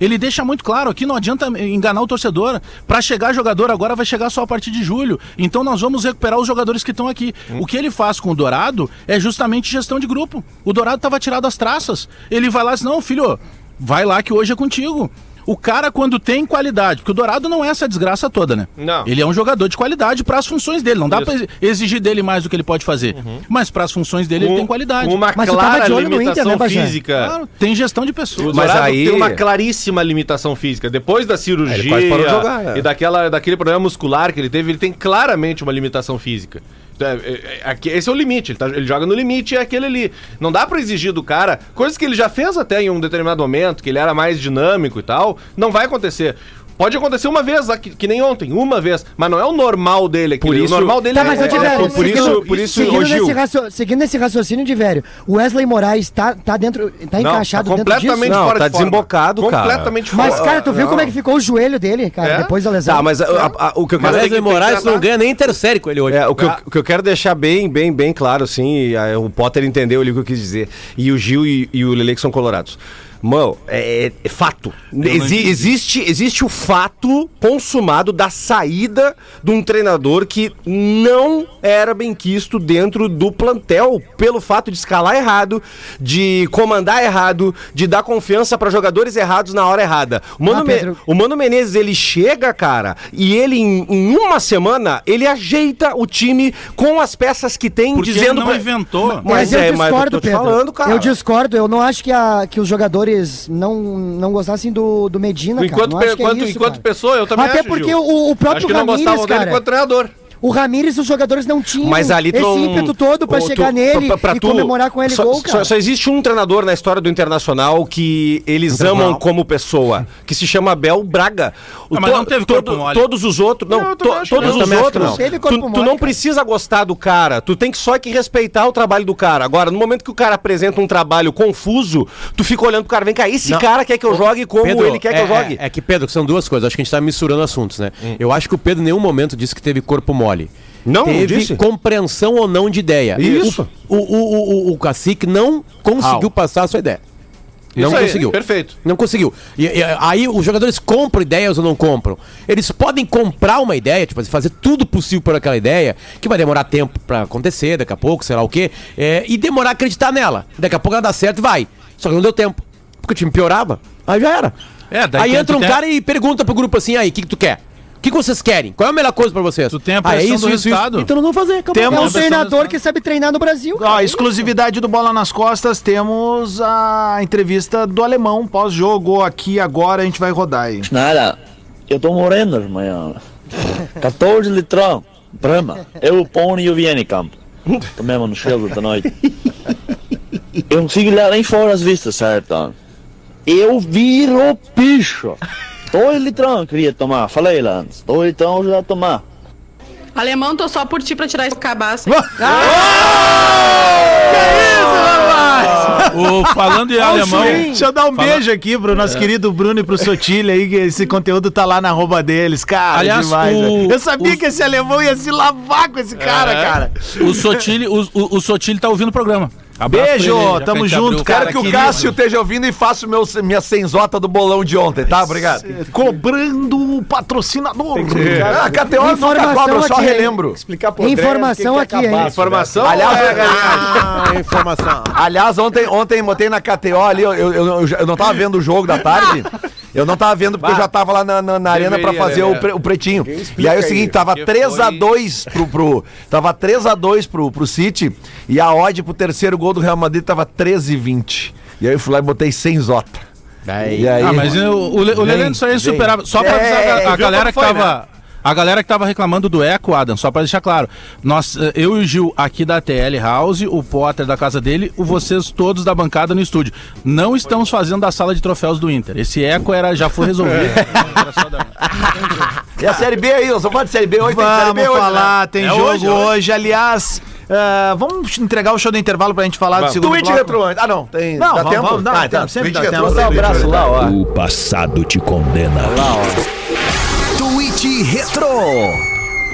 S6: Ele deixa muito claro aqui, não adianta enganar o torcedor. Para chegar jogador agora vai chegar só a partir de julho. Então nós vamos recuperar os jogadores que estão aqui. O que ele faz com o Dourado é justamente gestão de grupo. O Dourado estava tirado as traças. Ele vai lá e diz: "Não, filho, vai lá que hoje é contigo". O cara, quando tem qualidade, porque o Dourado não é essa desgraça toda, né?
S7: Não.
S6: Ele é um jogador de qualidade para as funções dele. Não dá
S7: Isso. Uhum.
S6: pra exigir dele mais do que ele pode fazer. Mas para as funções dele, ele tem qualidade.
S7: Um- Uma
S9: Mas tu tava
S7: clara
S9: de olho no Inter,
S7: limitação
S9: né, Bagé?
S7: física.
S6: Claro, tem gestão de pessoas.
S7: O
S8: Mas
S7: Dourado
S8: aí-
S7: tem uma claríssima limitação física. Depois da
S8: ele
S7: cirurgia
S8: quase parou de jogar, é.
S7: e daquela, daquele problema muscular que ele teve, ele tem claramente uma limitação física. Então, é- é- é- aqui- Esse é o limite, ele, tá- ele joga no limite e é aquele ali. Não dá pra exigir do cara coisas que ele já fez até em um determinado momento, que ele era mais dinâmico e tal. Não vai acontecer. Pode acontecer uma vez, ah, que, que nem ontem, uma vez, mas não é o normal dele. Aquele,
S8: Por isso-
S7: o normal dele
S9: Tá, mas eu
S7: é,
S9: tiver,
S7: por, por isso, por isso,
S9: seguindo,
S7: ô, Gil,
S9: nesse racio- seguindo esse raciocínio de velho, o Wesley Moraes tá, tá dentro, tá
S7: Não,
S9: encaixado
S7: tá
S9: dentro disso?
S7: completamente
S8: Não,
S7: fora
S8: tá
S7: de forma.
S8: desembocado, cara.
S7: Completamente fora.
S9: Mas, cara, tu viu como é que ficou o joelho dele, cara,
S7: É?
S9: depois da lesão?
S8: Tá, mas a- a- a- o que
S10: Mas
S7: tem
S8: eu quero...
S7: que-
S10: Wesley
S7: tem que
S10: Moraes
S7: tratar.
S10: não ganha nem intersérie com ele hoje.
S8: É, o, que eu, o que eu quero deixar bem, bem, bem claro, assim, e, ah, o Potter entendeu ali o que eu quis dizer. E o Gil e, e o Lele que são colorados. Mano, é, é- é fato. Exi- existe, existe o fato consumado da saída de um treinador que não era bem quisto dentro do plantel, pelo fato de escalar errado, de comandar errado, de dar confiança para jogadores errados na hora errada. O Mano,
S9: Ah,
S8: Me-
S9: Pedro,
S8: o Mano Menezes, ele chega, cara, e ele, em, em uma semana, ele ajeita o time com as peças que tem,
S6: Porque ele
S8: dizendo...
S6: não
S8: pra-
S6: inventou.
S8: Mas
S9: eu
S8: é, mas eu
S9: discordo,
S8: tô te
S9: Pedro.
S8: falando, cara.
S9: Eu discordo, eu não acho que, a, que os jogadores não, não gostassem do, do Medina, cara.
S7: Enquanto,
S9: Não
S7: pe-
S9: acho que é
S7: enquanto-
S9: isso,
S7: enquanto
S9: cara.
S7: pessoa, eu também
S9: Até
S7: acho,
S9: porque
S7: Gil.
S9: o, o próprio
S7: Acho que não gostavam
S9: Ramírez,
S7: dele
S9: cara...
S7: enquanto treinador.
S9: O Ramires, os jogadores não tinham
S8: Mas ali
S9: esse
S8: tu-
S9: ímpeto todo pra
S8: tu-
S9: chegar
S8: tu-
S9: nele
S8: pra- pra
S9: e
S8: tu-
S9: comemorar com ele
S8: só,
S9: gol, cara.
S8: Só, só existe um treinador na história do Internacional que eles amam como pessoa, que se chama Abel Braga. O
S6: Ah, mas
S8: to-
S6: não teve
S8: todo-
S6: corpo mole.
S8: Todos os outros, não, to- todos os outros,
S9: não. Teve
S8: tu,
S9: corpo
S8: tu
S9: mole,
S8: não
S9: cara.
S8: precisa gostar do cara, tu tem que só que respeitar o trabalho do cara. Agora, no momento que o cara apresenta um trabalho confuso, tu fica olhando pro cara, vem cá, esse
S10: Não.
S8: cara quer que eu jogue como
S10: Pedro,
S8: ele quer que
S10: é,
S8: eu jogue. Hum.
S10: É, é que, Pedro, que são duas coisas. Acho que a gente tá misturando assuntos, né? Eu acho que o Pedro em nenhum momento disse que teve corpo mole.
S8: Não, não
S10: teve
S8: disse.
S10: compreensão ou não de ideia.
S8: Isso.
S10: O, o, o, o, o cacique não conseguiu passar a sua ideia. Não
S7: Isso aí,
S10: conseguiu.
S7: perfeito.
S10: Não conseguiu. E, e aí os jogadores compram ideias ou não compram. Eles podem comprar uma ideia, tipo, assim, fazer tudo possível por aquela ideia, que vai demorar tempo pra acontecer, daqui a pouco, sei lá o quê, é, e demorar a acreditar nela. Daqui a pouco ela dá certo e vai. Só que não deu tempo. Porque o time piorava. Aí já era.
S6: É, daí
S10: aí
S6: tem-
S10: entra
S6: tu
S10: um
S6: tem-
S10: cara e pergunta pro grupo assim, aí, o que, que tu quer? O que, que vocês querem? Qual é a melhor coisa pra vocês?
S6: Tu tem a
S10: Ah, é
S6: pressão
S10: isso,
S6: do
S10: isso,
S6: resultado.
S10: isso. Então não vão fazer. acabou.
S9: É um
S1: Temos-
S9: treinador que sabe treinar no Brasil,
S1: Ó,
S9: cara.
S1: exclusividade do Bola nas Costas, temos a entrevista do alemão pós-jogo aqui agora, a gente vai rodar aí.
S2: Nada, eu tô moreno, irmão. 14 litrão, brama. Eu, o Pony e o Viennicamp. Tomemos no chego da noite. Eu não consigo olhar nem fora as vistas, certo? Eu viro bicho. Dois litrão eu queria tomar, falei lá antes. Dois litrão eu já tomar.
S12: Alemão, tô só por ti pra tirar esse cabaço.
S6: O, falando em alemão.
S1: Deixa eu dar um beijo aqui pro nosso querido Bruno e pro Sotilha aí, que esse conteúdo tá lá na arroba deles, cara.
S6: Aliás,
S1: demais,
S6: o-
S1: né? Eu sabia
S6: os-
S1: que esse alemão ia se lavar com esse cara, cara.
S6: O Sotile, o, o, o Sotile tá ouvindo o programa. Abraço pra
S1: Beijo,
S6: ele aí, já
S1: tamo
S6: que a gente
S1: junto,
S6: abriu,
S1: cara,
S5: Quero que o
S1: querido.
S6: né?
S5: Cássio esteja ouvindo e faça o meu, minha senzota do bolão de ontem, tá? Obrigado.
S1: Cobrando o patrocinador.
S5: Ah, a KTO nunca
S9: Informação
S5: cobra, só
S9: aqui, hein?
S5: relembro.
S11: Explicar pro
S9: Informação
S8: é
S9: aqui, hein?
S7: Informação.
S5: Aliás,
S7: é,
S10: Ah, informação.
S5: Aliás, ontem, ontem botei na KTO ali, eu, eu, eu, eu não tava vendo o jogo da tarde. Eu não tava vendo porque eu já tava lá na, na, na arena pra
S7: Deveria,
S5: fazer
S7: né?
S5: o, pre- o pretinho. E aí é o seguinte, tava
S7: Que
S5: 3x2 pro, pro. Tava 3x2 pro, pro City e a odd pro terceiro gol do Real Madrid tava 13,20. E aí eu fui lá e botei 100 zota. E aí,
S6: Ah, mas eu- o, Le- o Lelê disso aí é insuperável. Só pra avisar a- a, galera que tava. A galera que tava reclamando do eco, Adam, só pra deixar claro. Nós, eh, eu e o Gil aqui da TL House, o Potter da casa dele, o vocês todos da bancada no estúdio. Não estamos fazendo da sala de troféus do Inter. Esse eco era, já foi resolvido.
S5: E a Série B aí, eu só falo de Série B hoje, tem Série B
S1: Vamos
S5: hoje,
S1: falar,
S5: né?
S1: tem
S7: É
S1: jogo
S7: hoje,
S1: hoje,
S7: é
S1: aliás. ah, vamos entregar o show do intervalo pra gente falar do segundo
S5: Twitch
S1: bloco.
S5: retrô antes. Ah, não, tem.
S1: Não,
S5: dá
S1: vamos,
S5: tempo?
S1: vamos, dá,
S5: Ah, então,
S1: tempo, sempre
S5: Twitch
S1: dá
S5: retrô,
S1: tempo.
S5: dá um abraço lá, ó.
S4: O passado te condena.
S5: Twitch retrô.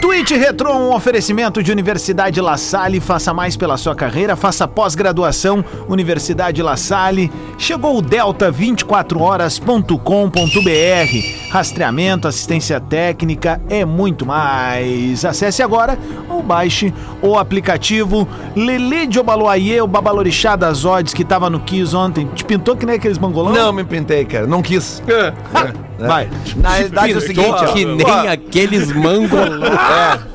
S1: Tweet Retro, um oferecimento de Universidade La Salle. Faça mais pela sua carreira, faça pós-graduação. Universidade La Salle. Chegou o delta24horas.com.br. Rastreamento, assistência técnica e muito mais. Acesse agora ou baixe o aplicativo Lele de Obaloaiê, o babalorixá das odds que tava no Kiss ontem. Te pintou que nem aqueles mangolão?
S5: Não me pintei, cara. Não quis.
S1: É. Vai.
S5: Na realidade é o seguinte, ó.
S10: Que nem aqueles mangolão.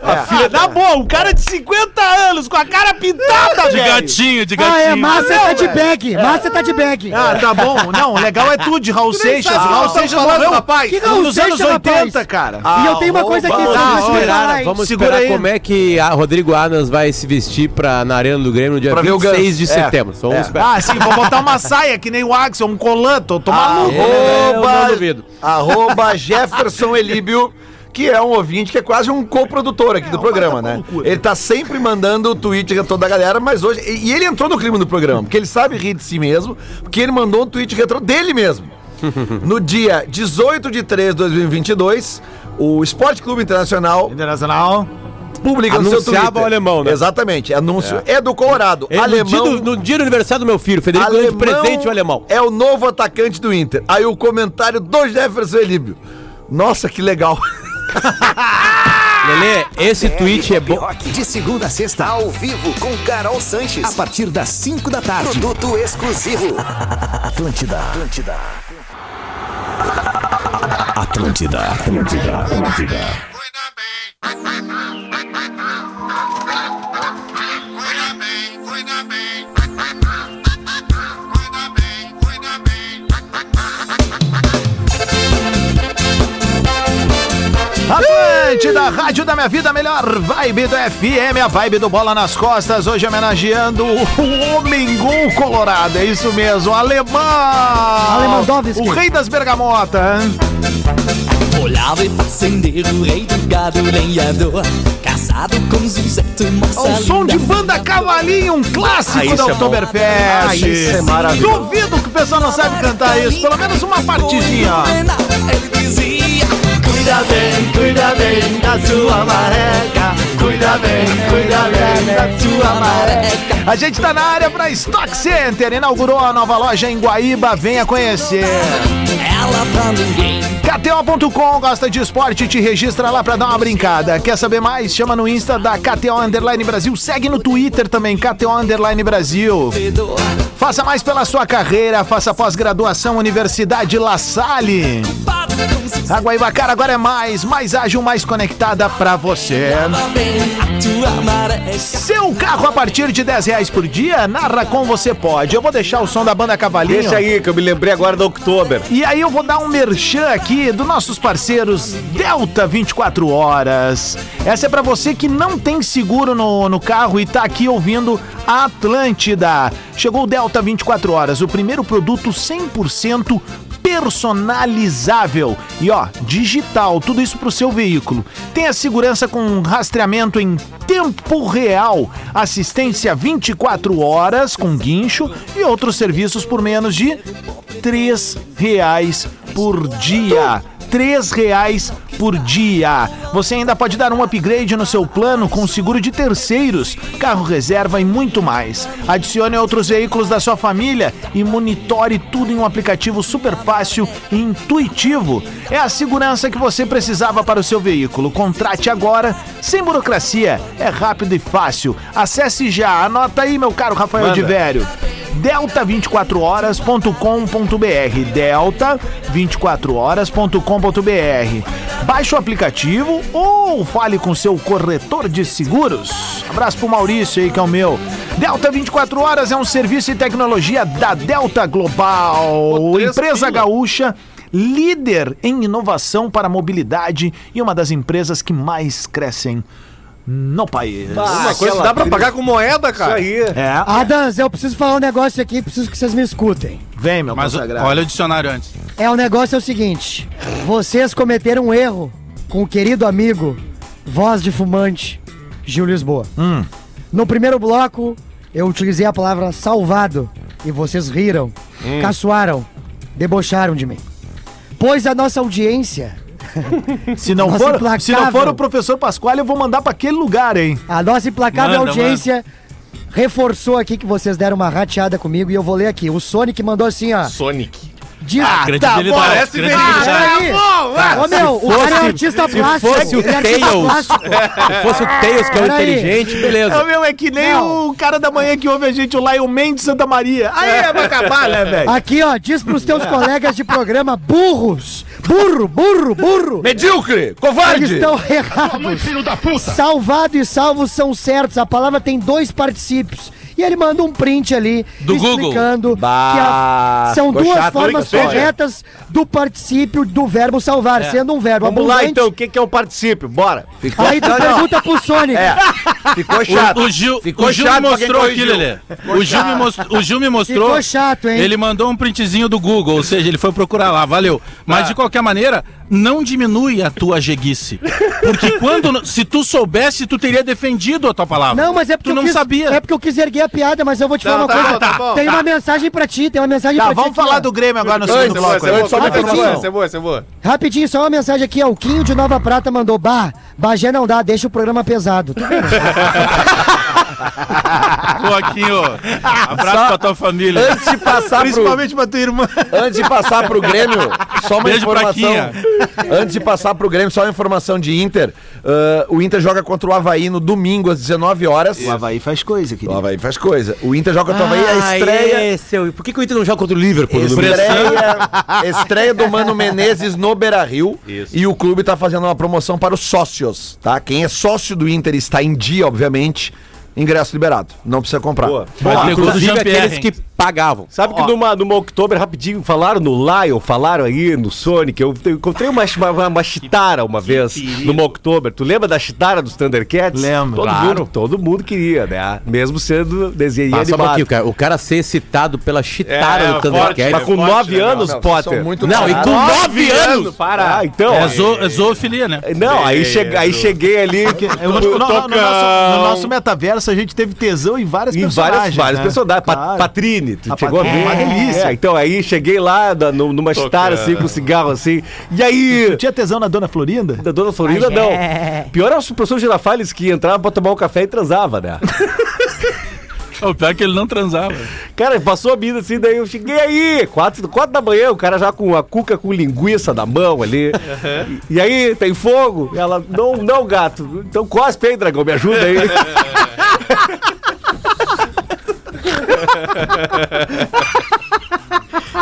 S1: Ah, filha, na boa, um cara de 50 anos com a cara pintada,
S6: De
S1: velho.
S6: gatinho, de gatinho.
S9: Ah, é, Márcia
S1: Não,
S9: tá de
S1: velho.
S9: bag.
S8: É.
S9: Márcia tá de bag.
S1: Ah, tá bom. Não, o legal é tudo de Raul Seixas.
S5: sabe o que
S1: Raul
S5: nós estamos
S1: Seixas
S5: falando,
S1: morreu
S5: rapaz.
S1: Que
S9: Que Raul
S1: nos anos
S9: Seixas, rapaz?
S1: 80, cara.
S9: E
S8: Ah,
S9: eu tenho uma coisa aqui.
S5: Arroba-
S9: sobre isso que eu
S1: esperar,
S9: falar, hein?
S10: Vamos
S1: Segura
S10: esperar
S1: aí.
S10: como é que a Rodrigo Adams vai se vestir pra, na Arena do Grêmio no dia
S5: Pra ver o
S10: 26
S5: Guns.
S10: de
S5: É.
S10: setembro. Só vamos
S5: É.
S10: esperar.
S1: Ah, sim, vou botar uma saia que nem o Axel, um colanto, eu tô maluco.
S10: Eu não
S5: Arroba,
S10: duvido.
S5: arroba Jefferson Elíbio, que é um ouvinte que é quase um coprodutor aqui do programa, né? Ele tá sempre mandando o tweet retrô da galera, mas hoje. E e ele entrou no clima do programa, porque ele sabe rir de si mesmo, porque ele mandou um tweet retrô dele mesmo. No dia 18 de 3 de 2022, o Esporte Clube Internacional
S1: Internacional.
S5: publica no seu Twitter.
S10: Anunciava o alemão, né?
S5: Exatamente. Anúncio é, do Colorado.
S10: É, no, dia do, no dia do aniversário do meu filho, Federico ganhou de presente o alemão.
S5: É o novo atacante do Inter. Aí o comentário do Jefferson Elíbio. Nossa, que legal.
S10: Lelê, esse tweet é bom.
S4: Rock de segunda a sexta, ao vivo com Carol Sanches, a partir das 5 da tarde. Produto exclusivo. Atlântida. Atlântida. Atlântida. Atlântida. Atlântida.
S1: Atlante da Rádio da Minha Vida, a melhor vibe do FM, a vibe do Bola nas Costas, hoje homenageaando o homem gol colorado, é isso mesmo, alemão!
S9: Alemandowski.
S1: O rei das bergamotas. hein?
S3: Olhava e fazendeiro, rei do gado, lenhador. Casado com Zuzete, moça
S1: Ao som de banda Cavalinho, um
S10: Ah,
S1: clássico da Oktoberfest.
S5: isso é maravilhoso.
S1: Duvido que o pessoal não sabe cantar isso, pelo menos uma partidinha. ó.
S3: Ele dizia: Cuida bem, cuida bem da sua mareca. Cuida bem, cuida bem da sua mareca.
S1: A gente tá na área pra Stock Center, inaugurou a nova loja em Guaíba, venha conhecer.
S3: Ela pra ninguém.
S1: KTO.com gosta de esporte, te registra lá pra dar uma brincada. Quer saber mais? Chama no Insta da KTO Underline Brasil, segue no Twitter também, KTO Underline Brasil.
S3: perdoa.
S1: Faça mais pela sua carreira, faça pós-graduação Universidade La Salle.
S3: Pago com Zuzete,
S1: A Guaibacara agora é mais, mais ágil, mais conectada pra você.
S3: ela bem a tua mareca.
S1: Seu carro a partir de 10 reais por dia, narra com você pode. Eu vou deixar o som da banda Cavalinho.
S8: Deixa aí, que eu me lembrei agora do Oktober.
S1: E aí eu vou dar um merchan aqui dos nossos parceiros Delta 24 Horas. Essa é pra você que não tem seguro no, no carro e tá aqui ouvindo a Atlântida. Chegou o Delta 24 Horas, o primeiro produto 100% personalizável e ó, digital, tudo isso pro seu veículo. Tem a segurança com um rastreamento em tempo real, assistência 24 horas com guincho e outros serviços por menos de três reais por dia. Três reais por dia. Você ainda pode dar um upgrade no seu plano com seguro de terceiros, carro reserva e muito mais. Adicione outros veículos da sua família e monitore tudo em um aplicativo super fácil e intuitivo. É a segurança que você precisava para o seu veículo. Contrate agora, sem burocracia, é rápido e fácil. Acesse já, anota aí, meu caro Rafael de Vério delta24horas.com.br delta24horas.com.br Baixe o aplicativo ou fale com seu corretor de seguros. Abraço pro Maurício aí que é o meu. Delta 24 Horas é um serviço e tecnologia da Delta Global,
S7: três
S1: empresa
S7: pila.
S1: gaúcha líder em inovação para mobilidade e uma das empresas que mais crescem no país.
S7: Uma coisa que dá pra pagar com moeda, cara.
S8: Isso aí.
S1: É,
S10: Ah,
S9: Adams, eu preciso falar um negócio aqui, preciso que vocês me escutem.
S1: vem meu
S6: Mas
S1: consagrado.
S6: olha o dicionário antes.
S9: É, o negócio é o seguinte: vocês cometeram um erro com o querido amigo, voz de fumante, Gil Lisboa.
S10: Hum.
S9: No primeiro bloco, eu utilizei a palavra salvado e vocês
S10: Hum.
S9: riram, caçoaram, debocharam de mim. Pois a nossa audiência
S1: Se não,
S9: Nossa,
S1: for,
S9: implacável.
S1: se não for o professor Pascoal, eu vou mandar pra aquele lugar, hein?
S9: A nossa implacável
S1: Manda,
S9: audiência reforçou aqui que vocês deram uma rateada comigo e eu vou ler aqui. O Sonic mandou assim, ó.
S7: Sonic.
S9: Diz...
S7: Ah, credibilidade,
S6: tá
S9: bom.
S7: parece credibilidade.
S9: Ah, peraí.
S7: Tá bom,
S9: Ô, meu,
S10: se
S9: o cara é
S10: fosse-
S9: artista
S10: se
S9: plástico.
S10: fosse o
S9: ele é artista
S10: Tails,
S9: plástico.
S10: se fosse o Tails, que é um
S9: Peraí.
S10: inteligente, beleza.
S1: É, meu, é que nem o cara da manhã que ouve a gente, o Lion Man de Santa Maria. Aí é pra acabar, né, velho?
S9: Aqui, ó, diz pros
S5: É.
S9: teus colegas de programa burros. Burro, burro, burro.
S5: Medíocre!
S9: Eles
S5: Covarde!
S9: estão errados. Salvado e salvo são certos. A palavra tem dois particípios. E ele manda um print ali
S5: Do Google.
S9: explicando que
S5: Bah,
S9: a- são
S5: ficou
S9: duas
S5: chato, hein,
S9: formas
S5: Cassandra?
S9: corretas do particípio do verbo salvar,
S5: É.
S9: sendo um verbo
S8: Vamos lá
S9: abundante.
S8: então, o que, que é um particípio? Bora.
S5: Ficou...
S9: Aí tu
S5: Não, É. não.
S9: pergunta pro Sonic.
S5: Ficou
S6: O,
S5: chato.
S6: o Gil,
S5: Ficou
S6: o Gil
S5: chato
S6: me
S5: pra quem
S6: mostrou aqui,
S5: corrigiu.
S6: Lelê. O Gil, me mostrou, o Gil me mostrou.
S9: Ficou chato, hein?
S6: Ele mandou um printzinho do Google, ou seja, ele foi procurar lá, valeu.
S9: Tá.
S6: Mas de qualquer maneira, não diminui a tua jeguice. Porque quando. Se tu soubesse, tu teria defendido a tua palavra.
S9: Não, mas é porque
S6: Tu
S9: eu
S6: não
S9: quis,
S6: sabia.
S9: É porque eu quis erguer a piada, mas eu vou te falar
S7: Não,
S9: uma
S7: tá
S9: coisa.
S7: bom, tá bom,
S9: tem
S7: tá.
S9: uma mensagem pra ti, tem uma mensagem
S1: Tá,
S9: pra ti.
S1: vamos
S9: aqui, ó.
S1: falar do Grêmio agora no segundo
S5: boa,
S1: bloco. né?
S5: essa é
S1: hein?
S5: boa.
S7: Só uma
S9: Rapidinho.
S7: informação, essa é boa, essa é boa.
S9: Rapidinho, só uma mensagem aqui, ó. O Quinho de Nova Prata mandou, bah, Bagé não dá, deixa o programa pesado. Tu vê?
S6: Ô, Aquinho, abraço pra tua família.
S5: Antes de passar pro...
S1: Principalmente pra tua irmã.
S5: Antes de passar pro Grêmio, só uma
S6: Beijo pra
S5: informação.
S6: Quinha.
S5: Antes de passar pro Grêmio, só uma informação de Inter. Ah, o Inter joga contra o Havaí no domingo às 19 horas.
S1: O Havaí faz coisa,
S5: O
S1: querido.
S5: Havaí faz coisa. O Inter joga contra o Havaí, a estreia.
S10: Por que, que Ah, é o Inter não joga contra o Liverpool? no domingo?
S5: Estreia, estreia do Mano Menezes no Beira Rio.
S7: Isso.
S5: E o clube tá fazendo uma promoção para os sócios, tá? Quem é sócio do Inter e está em dia, obviamente. Ingresso liberado. Não precisa comprar.
S7: Boa.
S10: Vai ter gol do
S6: Inclusive
S10: Jean-Pierre,
S6: aqueles
S10: aqueles que pagavam.
S8: Sabe que numa, numa Oktober, rapidinho, falaram no Lion, falaram aí no Sonic. Eu te- encontrei uma, chi- uma, uma chitara uma vez numa Oktober. Tu lembra da chitara dos Thundercats?
S1: Lembro.
S8: Todo,
S1: Claro.
S8: mundo, todo mundo queria, né? Mesmo sendo desenho
S10: Ah, só um pouquinho,
S8: animado.
S10: cara. O cara ser citado pela chitara do
S7: É, é forte,
S8: Mas
S10: Thundercat.
S8: com
S7: forte,
S8: nove
S7: né?
S8: anos,
S5: Não,
S8: Potter.
S5: são muito
S10: Não, e com
S5: caros.
S10: nove anos!
S8: Para. Ah, então.
S6: É, zo, é zoofilia, né?
S8: Não, aí,
S7: Beleza.
S8: chega, aí cheguei ali.
S1: Eu vou te- no, no- no nosso, no nosso metaverso a gente teve tesão em várias
S8: Em várias,
S1: personagens.
S8: várias
S1: né?
S8: personagens. Pa-
S1: Claro.
S8: Patrine, tu
S1: A
S8: chegou
S1: Patrine
S8: a
S1: é
S8: ver.
S1: uma delícia.
S8: É, então aí cheguei lá da- no- numa chitara assim, com cigarro assim. E aí.
S1: Tinha tesão na Dona Florinda?
S8: Da Dona Florinda, não. Pior é o professor Girafales que entrava pra tomar um café e transava, né?
S6: O pior é que ele não transava.
S8: cara, passou a vida assim, daí eu cheguei aí, quatro, quatro da manhã, o cara já com a cuca com linguiça na mão ali. E, e aí, tem fogo? E ela, não, não, gato. Então cospe aí, dragão, me ajuda aí.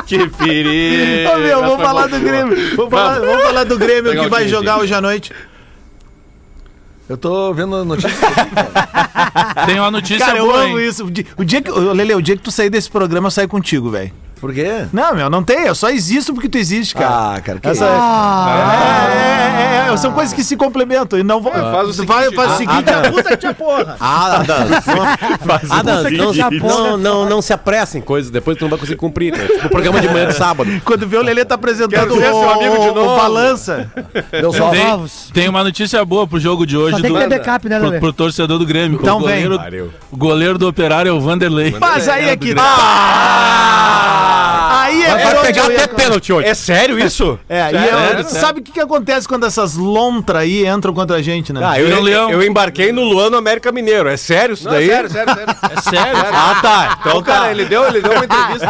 S7: Que perigo.
S1: Ô, meu, vamos
S7: Foi
S1: falar
S7: bom.
S1: do Grêmio. Vamos falar, vamos falar do Grêmio
S7: Legal,
S1: que vai
S7: Didi.
S1: jogar hoje à noite.
S5: Eu tô vendo a notícia.
S6: Tem uma
S5: é
S6: notícia
S1: Cara, eu
S6: boa,
S1: amo
S6: hein?
S1: isso. O di- O dia que, ô, Lele, o dia que tu sair desse programa, eu saio contigo, velho.
S5: Por quê?
S1: Não, meu, não tem. Eu só existo porque tu existe, cara.
S5: Ah, cara, que
S1: Essa- é, é, é, é, são coisas que se complementam e não vão.
S7: faz o
S1: tu vai,
S7: seguinte,
S1: faz o
S7: ah,
S1: seguinte, abusa-te a porra.
S10: Ah, Adams, não, Adams, não,
S9: Japão,
S10: se- não,
S9: né?
S10: não, não se apressem coisas, depois tu não vai conseguir cumprir. Né? Tipo o programa de manhã de sábado.
S1: Quando vê o Lelê tá apresentando
S7: Quero ver seu amigo de
S1: o, o,
S7: novo.
S1: o balança.
S5: Deu só.
S6: Tem,
S9: Ovos.
S6: tem uma notícia boa pro jogo de hoje
S9: Só tem
S6: do,
S9: que ter backup, né,
S6: pro,
S9: Lelê?
S6: pro torcedor do Grêmio.
S1: Então
S6: o
S1: vem.
S6: goleiro,
S8: Valeu.
S6: o goleiro do operário é o Vanderlei.
S1: Mas aí é que.
S8: Ah,
S1: Aí é
S10: Vai
S1: por onde
S10: pegar
S1: eu ia
S10: até pênalti hoje.
S8: É sério isso?
S1: É, e eu- sabe o que, que acontece quando essas lontras aí entram contra a gente, né?
S8: Ah, eu,
S6: Vira um leão.
S8: eu embarquei no Luano América Mineiro. É sério isso
S7: Não,
S8: daí?
S7: sério, sério, sério.
S6: É sério?
S8: Ah, tá. Então,
S7: Então, cara, ele deu, ele deu uma entrevista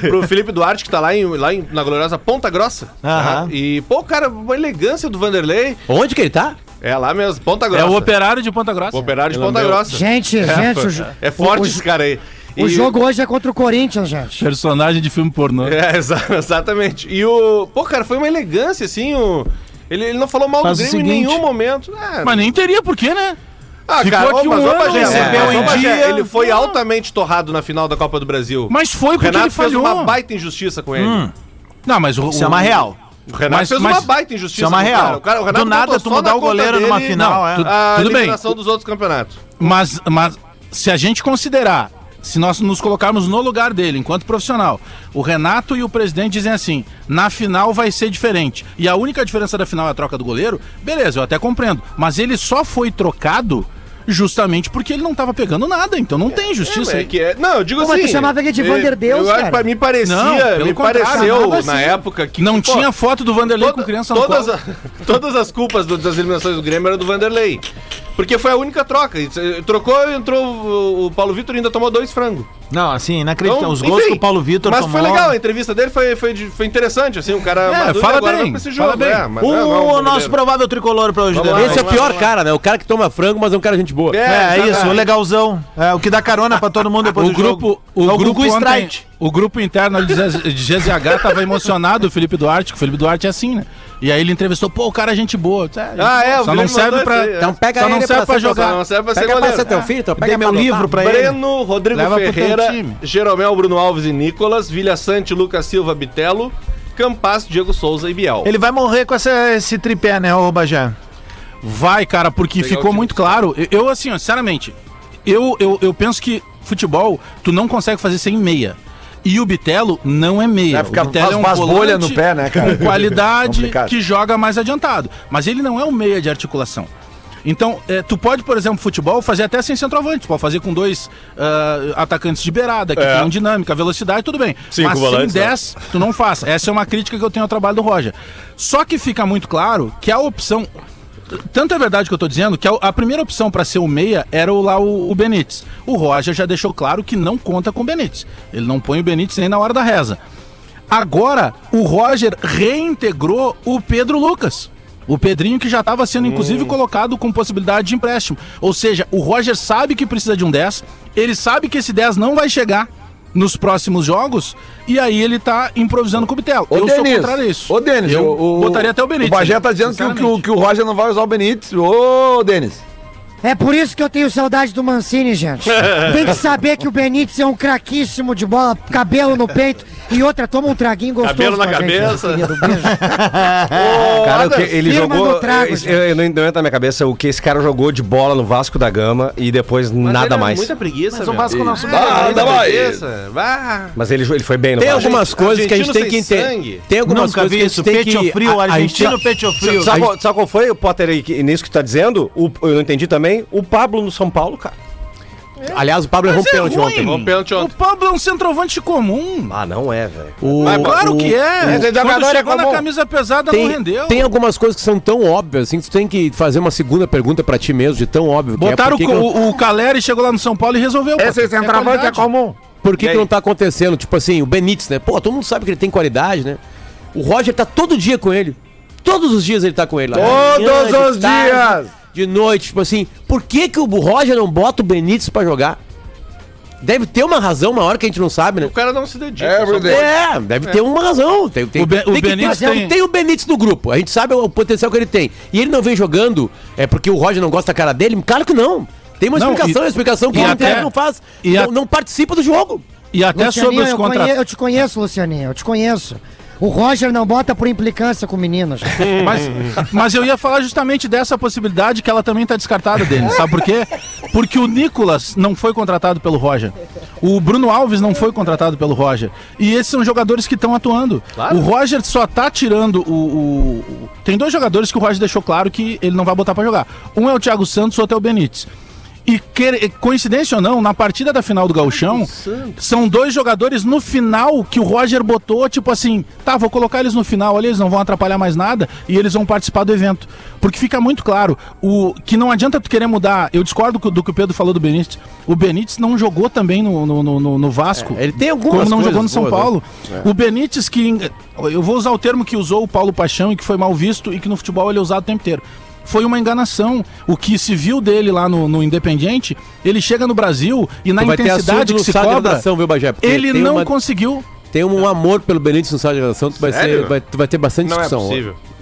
S7: pro Felipe Duarte, que tá lá, em, lá em- na gloriosa Ponta Grossa. tá?
S1: Aham.
S7: E, pô, cara, uma elegância do Vanderlei.
S10: Onde que ele tá?
S7: É lá mesmo, Ponta
S6: É
S7: Grossa.
S6: o operário de Ponta
S7: O
S6: Grossa.
S7: operário de Ponta Grossa.
S9: Gente, gente, o, jo-
S7: É forte
S9: o-
S7: esse cara aí.
S9: o, o
S7: E-
S9: jogo hoje é contra o Corinthians, gente.
S6: Personagem de filme pornô.
S7: É, exa- exatamente. E o. Pô, cara, foi uma elegância, assim, o. Ele, ele não falou mal
S1: Faz o
S7: do Grêmio em
S1: seguinte.
S7: nenhum momento. Ah,
S6: Mas nem teria porquê, né?
S7: ah
S6: ficou
S7: cara,
S6: aqui
S7: ô,
S6: um
S7: mas, ô,
S6: ano,
S7: Bagé,
S6: recebeu
S7: mas, ô,
S6: em
S7: Bagé,
S6: dia.
S7: Ele foi altamente torrado na final da Copa do Brasil.
S6: Mas foi
S7: o
S6: porque
S7: Renato
S6: ele
S7: fez
S6: falhou.
S7: uma baita injustiça com ele.
S6: Não, mas o,
S1: Isso é uma real.
S7: O Renato
S6: Mas-
S7: fez
S6: mas-
S7: uma baita injustiça.
S1: isso é uma
S7: com o
S1: real.
S7: cara. O cara- o
S1: Do
S7: Renato
S1: nada
S7: botou
S1: tu
S7: só
S1: mudar
S7: na
S1: o
S7: conta
S1: goleiro numa
S7: dele
S1: final, é.
S6: tu-
S7: A
S6: tudo bem.
S7: eliminação dos outros campeonatos.
S6: Mas, mas se a gente considerar, se nós nos colocarmos no lugar dele, enquanto profissional, o Renato e o presidente dizem assim: na final vai ser diferente. E a única diferença da final é a troca do goleiro, beleza, eu até compreendo. Mas ele só foi trocado justamente porque ele não estava pegando nada, então não tem justiça
S7: É,
S6: aí.
S7: que é... Não, eu digo
S9: Pô, mas
S7: assim.
S9: tu chamava ele de
S7: eh,
S9: Vanderdeus,
S7: eu acho
S9: cara?
S7: que Pra mim parecia,
S6: Não, pelo
S7: me
S6: contrário,
S7: pareceu
S6: chamava
S7: na
S6: assim.
S7: época que.
S6: Não
S7: pô,
S6: tinha foto do Vanderlei com criança no
S7: todas,
S6: colo.
S7: a- todas as culpas do- das eliminações do Grêmio eram do Vanderlei. Porque foi a única troca. Isso, eh, Trocou, entrou o- o Paulo Vitor e ainda tomou dois frangos.
S1: Não, assim, inacreditável.
S7: Então,
S1: Os gols
S7: enfim,
S1: que o Paulo Vitor
S7: Mas
S1: tomou.
S7: foi legal, a entrevista dele foi, foi, de- foi interessante, assim, o cara
S6: É,
S7: maduro
S6: fala
S7: agora
S6: bem,
S7: vai pra esse
S6: fala
S7: jogo,
S6: bem.
S7: é, mas
S1: O,
S7: não,
S1: o
S7: não,
S1: nosso
S7: vamos
S1: provável tricolor pra hoje.
S7: Vamos
S1: Dan.
S7: lá,
S10: Esse é o
S7: vamos lá,
S10: pior
S7: vamos lá.
S10: cara, né? O cara que toma frango, mas é um cara de gente boa.
S7: ver.
S1: É,
S7: exatamente.
S1: isso, o legalzão. É, o que dá carona pra todo mundo depois
S6: Ah, O
S1: do
S6: grupo,
S1: jogo.
S6: o
S1: É
S6: grupo
S1: Gugu
S6: ontem-
S1: Strike.
S6: o grupo interno ali de GZ de GZH tava emocionado, o Felipe Duarte, que o Felipe Duarte é assim, né? E aí ele entrevistou, pô, o cara é gente boa.
S7: Ah, é,
S6: só
S7: o Felipe
S6: não
S7: mandou
S6: serve
S7: isso aí, é.
S6: pra.
S10: Então pega
S6: Só não
S10: ele
S6: serve pra
S10: ser-
S6: jogar.
S10: Só
S7: Não serve pra ser
S10: Pega pra
S7: goleiro.
S10: ser teu filho, então
S1: Dei
S10: pega
S1: meu
S10: pra
S1: livro pra ele.
S7: Breno, Rodrigo
S6: Leva pro teu
S7: Ferreira,
S6: time.
S7: Jeromel, Bruno Alves e Nicolas, Vilha Sante, Lucas Silva, Bitelo, Campas, Diego Souza e Biel.
S1: Ele vai morrer com essa- esse tripé, né, ô Bajé?
S6: Vai, cara, porque
S7: Pegar o
S6: ficou
S7: time.
S6: muito claro. Eu, eu, assim, ó, sinceramente, eu, eu, eu penso que futebol, tu não consegue fazer sem meia. E o Bitelo não é meia.
S5: Vai ficar-
S6: o Bitelo
S5: faz umas bolhas
S6: volante
S5: no pé, né, cara?
S6: Com qualidade
S5: Complicado.
S6: que joga mais adiantado. Mas ele não é um meia de articulação. Então, eh, tu pode, por exemplo, futebol, fazer até sem centroavante. Tu pode fazer com dois ah, atacantes de beirada, que
S8: É.
S6: tem um dinâmica, velocidade, tudo bem.
S8: Cinco
S6: Mas
S8: volantes,
S6: sem
S8: né?
S6: 10, tu não faz. Essa é uma crítica que eu tenho ao trabalho do Roger. Só que fica muito claro que a opção... Tanto é verdade que eu tô dizendo que a, a primeira opção para ser o meia era o, lá o, o Benítez. O Roger já deixou claro que não conta com o Benítez. Ele não põe o Benítez nem na hora da reza. Agora, o Roger reintegrou o Pedro Lucas. O Pedrinho que já estava
S10: Hum.
S6: sendo, inclusive, colocado com possibilidade de empréstimo. Ou seja, o Roger sabe que precisa de um 10, ele sabe que esse 10 não vai chegar nos próximos jogos, e aí ele tá improvisando com o Bitello.
S5: Ô,
S6: eu sou
S5: Denis,
S6: contra isso.
S5: Ô, Denis,
S6: eu
S5: o, o-
S6: botaria até o Benítez.
S5: O Bagé tá dizendo que, o- que o, que o Roger não vai usar o Benítez. Ô, Denis.
S9: É por isso que eu tenho saudade do Mancini, gente. Tem que saber que o Benítez é um craquíssimo de bola, cabelo no peito e outra, toma um traguinho gostoso.
S7: Cabelo na
S9: com a gente,
S7: cabeça.
S9: meu querido. Beijo.
S8: Cara, o que ele
S9: firma
S8: jogou.
S9: no trago,
S8: eu-
S9: gente.
S8: eu- eu não, não entra na minha cabeça o que esse cara jogou de bola no Vasco da Gama e depois nada mais.
S7: Muita preguiça,
S1: Mas o Vasco não
S8: Ah,
S1: subiu.
S10: Ah,
S7: Nada
S5: mais.
S8: Mas ele, jo- ele foi bem no
S10: Tem
S8: Vasco.
S10: algumas coisas que a gente tem que
S7: Argentino sem
S10: entender.
S7: sangue.
S10: Tem algumas
S1: Nunca
S10: coisas
S1: vi
S10: que a gente
S1: isso.
S10: tem que
S1: Pecho frio,
S10: a- a gente- tá-
S1: argentino pecho frio.
S8: Sabe, qual- sabe qual foi o Potter aí, que, nisso que tu tá dizendo? O- eu não entendi também. O Pablo no São Paulo, cara.
S10: Aliás, o Pablo errou
S6: Mas
S10: um
S6: é
S10: pênalti ontem.
S6: ruim.
S7: Um pênalti
S6: O
S7: ontem.
S6: Pablo é um centroavante comum.
S8: Ah, não é, velho.
S10: O-
S6: Mas claro
S10: o-
S6: que é.
S5: Esse
S6: Quando
S5: jogador é
S6: chegou na
S5: comum.
S6: camisa pesada,
S10: Tem,
S6: não rendeu.
S10: tem algumas coisas que são tão óbvias, assim, que tu tem que fazer uma segunda pergunta pra ti mesmo, de tão óbvio que
S6: Botaram
S10: é. Por que
S6: o,
S10: que não-
S6: o, o Caleri, chegou lá no São Paulo e resolveu. Esse centroavante é, comum.
S10: Por que,
S7: E
S10: que
S7: aí?
S10: não tá acontecendo? Tipo assim, o Benítez, né? Pô, todo mundo sabe que ele tem qualidade, né? O Roger tá todo dia com ele. Todos os dias ele tá com ele lá.
S5: Todos
S10: de
S5: os dias!
S10: De noite, tipo assim, por que, que o Roger não bota o Benítez pra jogar? Deve ter uma razão, uma hora que a gente não sabe, né?
S7: O cara não se dedica.
S5: É
S7: só
S5: verdade.
S10: É, deve ter uma razão. Tem, tem,
S6: O Be- o
S10: tem que
S6: Benítez
S10: trazer-
S6: tem-
S10: tem o Benítez no grupo. A gente sabe o potencial que ele tem. E ele não vem jogando é porque o Roger não gosta da cara dele? Claro que não. Tem uma
S6: Não,
S10: explicação,
S6: e-
S10: a explicação que
S6: e
S10: ele
S6: até-
S10: não faz,
S6: e a-
S10: não, não participa do jogo.
S6: E até sobre
S9: Lucianinha,
S6: os
S9: eu,
S6: contra...
S9: conhe- eu te conheço, Lucianinha, eu te conheço. O Roger não bota por implicância com meninos.
S6: Mas, mas eu ia falar justamente dessa possibilidade que ela também tá descartada dele. Sabe por quê? Porque o Nicolas não foi contratado pelo Roger. O Bruno Alves não foi contratado pelo Roger. E esses são jogadores que estão atuando. O Roger só tá tirando o, o- o- Tem dois jogadores que o Roger deixou claro que ele não vai botar pra jogar. Um é o Thiago Santos, outro é o Benítez. E que- coincidência ou não, na partida da final do Gauchão, são dois jogadores no final que o Roger botou, tipo assim, tá, vou colocar eles no final ali, eles não vão atrapalhar mais nada e eles vão participar do evento. Porque fica muito claro o que não adianta tu querer mudar. Eu discordo co- do que o Pedro falou do Benítez. O Benítez não jogou também no, no, no- no- no Vasco.
S10: É, ele tem algumas
S6: Como não
S10: coisas
S6: jogou no São
S10: boas, né?
S6: Paulo.
S1: É.
S6: O Benítez, que. em- Eu vou usar o termo que usou o Paulo Paixão e que foi mal visto e que no futebol ele é usado o tempo inteiro. Foi uma enganação. O que se viu dele lá no, no Independiente, ele chega no Brasil e na
S10: Tu vai ter assunto
S6: intensidade
S10: no
S6: que se
S10: sala de
S6: cobra,
S10: redação, viu, Bagé? Porque
S6: ele
S10: tem
S6: não
S10: uma-
S6: conseguiu.
S10: Tem um amor pelo Benítez no sala de redação, tu vai, ser,
S7: Sério?
S10: vai, tu vai ter bastante
S7: Não é
S10: discussão.
S7: possível.
S10: Hoje-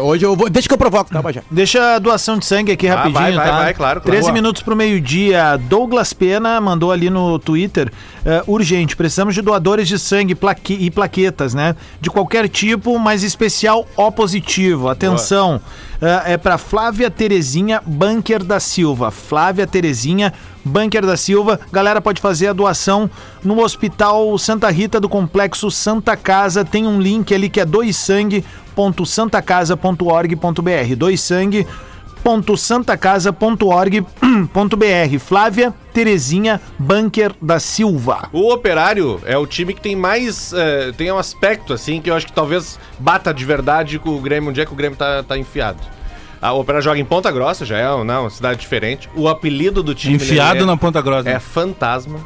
S10: Hoje eu vou. Deixa que eu provoco, tá, Bajé?
S1: Deixa a doação de sangue
S10: Ah,
S1: aqui rapidinho,
S7: vai, vai,
S1: tá?
S7: vai, claro, claro.
S1: 13
S7: Boa.
S1: minutos pro meio-dia. Douglas Pena mandou ali no Twitter. eh, urgente, precisamos de doadores de sangue plaque- e plaquetas, né? De qualquer tipo, mas especial O positivo. Atenção, eh, é pra Flávia Terezinha Bunker da Silva. Flávia Terezinha Bunker da Silva. Galera, pode fazer a doação no Hospital Santa Rita do Complexo Santa Casa. Tem um link ali que é doissangue.santacasa.org.br. Dois sangue www.santacasa.org.br Flávia Terezinha Bunker da Silva.
S7: O Operário é o time que tem mais. eh, tem um aspecto, assim, que eu acho que talvez bata de verdade com o Grêmio, onde é que o Grêmio tá, tá enfiado. A Operário joga em Ponta Grossa, já é não, uma cidade diferente. O apelido do time.
S6: Enfiado
S7: Lelê,
S6: na Ponta Grossa.
S7: É Fantasma.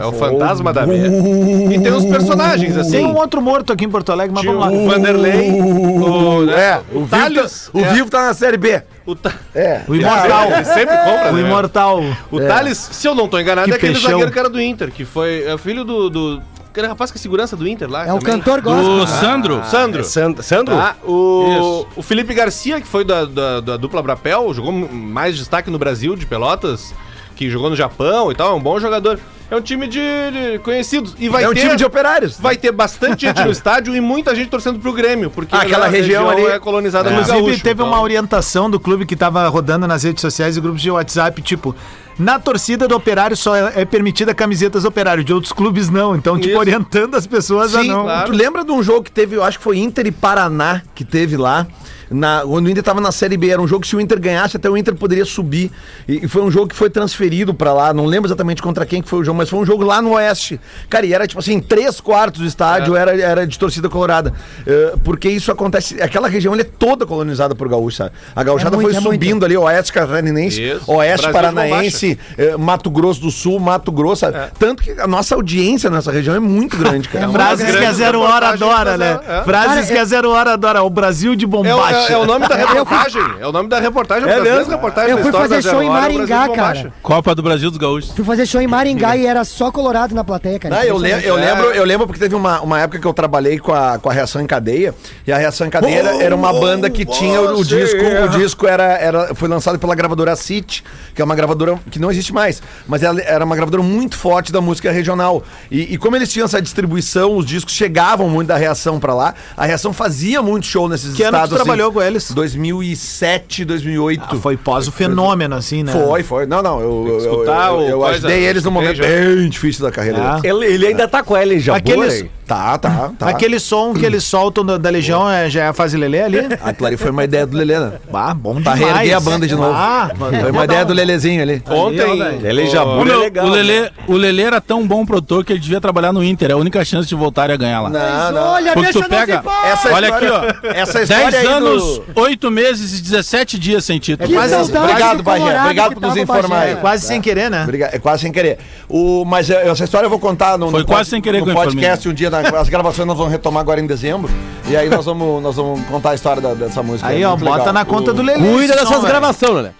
S7: É o Fantasma da Meia. E tem os personagens,
S1: Tem
S7: assim.
S1: um outro morto aqui em Porto Alegre, mas
S7: Tinha
S1: vamos lá.
S7: o Vanderlei, o, né,
S5: É, o
S7: Thales,
S5: Vivo, tá, o
S7: é,
S5: Vivo tá na Série B.
S7: o Ta-
S5: É.
S1: O Imortal.
S7: Ele sempre
S10: É.
S1: O
S7: compra, né?
S1: Imortal.
S7: O Thales, se eu não tô enganado,
S1: Que
S7: é aquele
S1: peixão.
S7: zagueiro que era do Inter, que foi é filho do, do. Aquele rapaz que é segurança do Inter lá.
S5: um
S9: É o
S7: também. Ah,
S9: cantor gospel.
S6: O Sandro.
S5: É,
S7: Sandro.
S8: Sand- Sandro?
S7: Tá? o, o Felipe Garcia, que foi da, da, da dupla Brapel, jogou m- mais destaque no Brasil, de Pelotas, que jogou no Japão e tal, é um bom jogador. É um time de, de conhecidos. E vai
S5: É um
S7: ter,
S5: time de operários.
S7: Vai ter bastante gente no estádio e muita gente torcendo pro Grêmio, porque
S5: Ah, aquela
S7: a
S5: região ali.
S7: é colonizada pelo
S1: Inclusive,
S7: gaúcho,
S1: teve
S7: então-
S1: uma orientação do clube que tava rodando nas redes sociais e grupos de WhatsApp, tipo. Na torcida do operário só é é permitida camisetas operário, de outros clubes não. Então, tipo,
S7: Isso.
S1: orientando as pessoas a
S5: Sim,
S1: não.
S7: claro.
S5: tu lembra de um jogo que teve, eu acho que foi Inter e Paraná que teve lá. Na, quando o Inter tava na Série B, era um jogo que se o Inter ganhasse, até o Inter poderia subir. E, e foi um jogo que foi transferido pra lá. Não lembro exatamente contra quem que foi o jogo, mas foi um jogo lá no Oeste. Cara, e era tipo assim, três quartos do
S7: É.
S5: estádio era, era de torcida colorada. Eh, porque isso acontece. Aquela região ele é toda colonizada por gaúcho, sabe? A
S9: É
S5: gauchada
S9: muito,
S5: foi
S9: é muito.
S5: subindo ali, Oeste Catarinense,
S7: Isso.
S5: Oeste
S7: Brasil de
S5: Paranaense, eh, Mato Grosso do Sul, Mato Grosso. sabe? Tanto que a nossa audiência nessa região é muito grande, cara.
S1: É Frases que a
S7: grande
S1: zero hora
S7: reportagem
S1: adora,
S7: pra
S1: né?
S7: zero, é.
S1: Frases
S9: Cara,
S1: que a zero hora adora. O Brasil de
S7: É, o- é-
S1: bombacha.
S7: é o nome da reportagem. É o nome da reportagem. uma das
S5: mesmo?
S7: três reportagens
S9: Eu
S7: da
S9: fui
S7: história
S9: fazer
S7: da
S9: show em
S7: Zero Hora, o Brasil
S9: Maringá,
S7: de
S9: cara.
S7: bombacha.
S6: Copa do Brasil dos Gaúchos.
S9: Fui fazer show em Maringá e era só colorado na plateia, cara.
S5: Ah, eu, le- eu
S7: É.
S5: lembro, eu lembro porque teve uma, uma época que eu trabalhei com a, com a Reação em Cadeia, e a Reação em Cadeia era- era uma banda
S1: Oh,
S5: que tinha o, o disco, o disco era, era, foi lançado pela gravadora City, que é uma gravadora que não existe mais, mas ela era uma gravadora muito forte da música regional. E, e como eles tinham essa distribuição, os discos chegavam muito da Reação pra lá, a Reação fazia muito show nesses assim,
S1: Que ano que tu trabalhou com eles?
S5: 2007, 2008.
S1: Ah, foi pós o fenômeno, assim, né?
S5: Foi, foi. Não, não, eu, eu, eu,
S7: escutar
S5: eu,
S7: o
S5: eu
S7: coisa,
S5: ajudei eles num momento
S7: cerveja.
S5: bem difícil da carreira
S1: É.
S6: Ah.
S5: deles.
S8: Ele, ele ainda tá com a Ellen Jabur,
S1: Aqueles-
S8: hein?
S5: Tá, tá, tá.
S1: Aquele som que eles soltam da, da Legião é, já é a fase Lelê ali?
S5: Aquilo ali foi uma ideia do Lelê, né?
S1: Ah, bom
S5: Pra
S1: demais.
S5: reerguer a banda de novo.
S1: Ah,
S5: Foi uma ideia do Lelezinho ali.
S7: Ontem.
S8: Ellen Jabur
S6: O,
S8: é
S6: meu,
S8: legal.
S6: o, Lelê, o Lelê era tão bom produtor que ele devia trabalhar no Inter. É a única chance de voltar a ganhar lá.
S5: Não,
S9: Olha,
S6: Porque
S9: deixa
S6: tu
S9: eu não
S6: pega.
S9: se pá.
S5: Essa
S6: Olha aqui,
S5: história-
S6: ó.
S5: Essa história
S6: 10
S5: aí do-
S6: anos, 8 meses e 17 dias sem título.
S8: É
S9: Que
S5: Mas-
S9: saudade
S5: obrigado,
S9: do
S5: Bagé.
S9: colorado
S5: Obrigado
S9: que
S5: por nos
S9: tava o
S5: informar
S9: Bagé.
S5: aí.
S1: Quase sem querer, né?
S5: Obrigado. É quase sem querer. O, mas eu- essa história eu vou contar no,
S6: Foi
S5: no
S6: quase
S5: pod-
S6: sem querer
S5: no
S6: que eu
S5: podcast um dia. Na, as gravações nós vamos retomar agora em dezembro. E aí nós vamos, nós vamos contar a história da- dessa música.
S1: Aí,
S5: É
S1: ó,
S5: muito
S1: bota
S5: legal.
S1: na conta do Lelê.
S10: Cuida
S1: esse
S10: das
S1: som,
S10: suas
S1: velho.
S10: gravações, Lelé.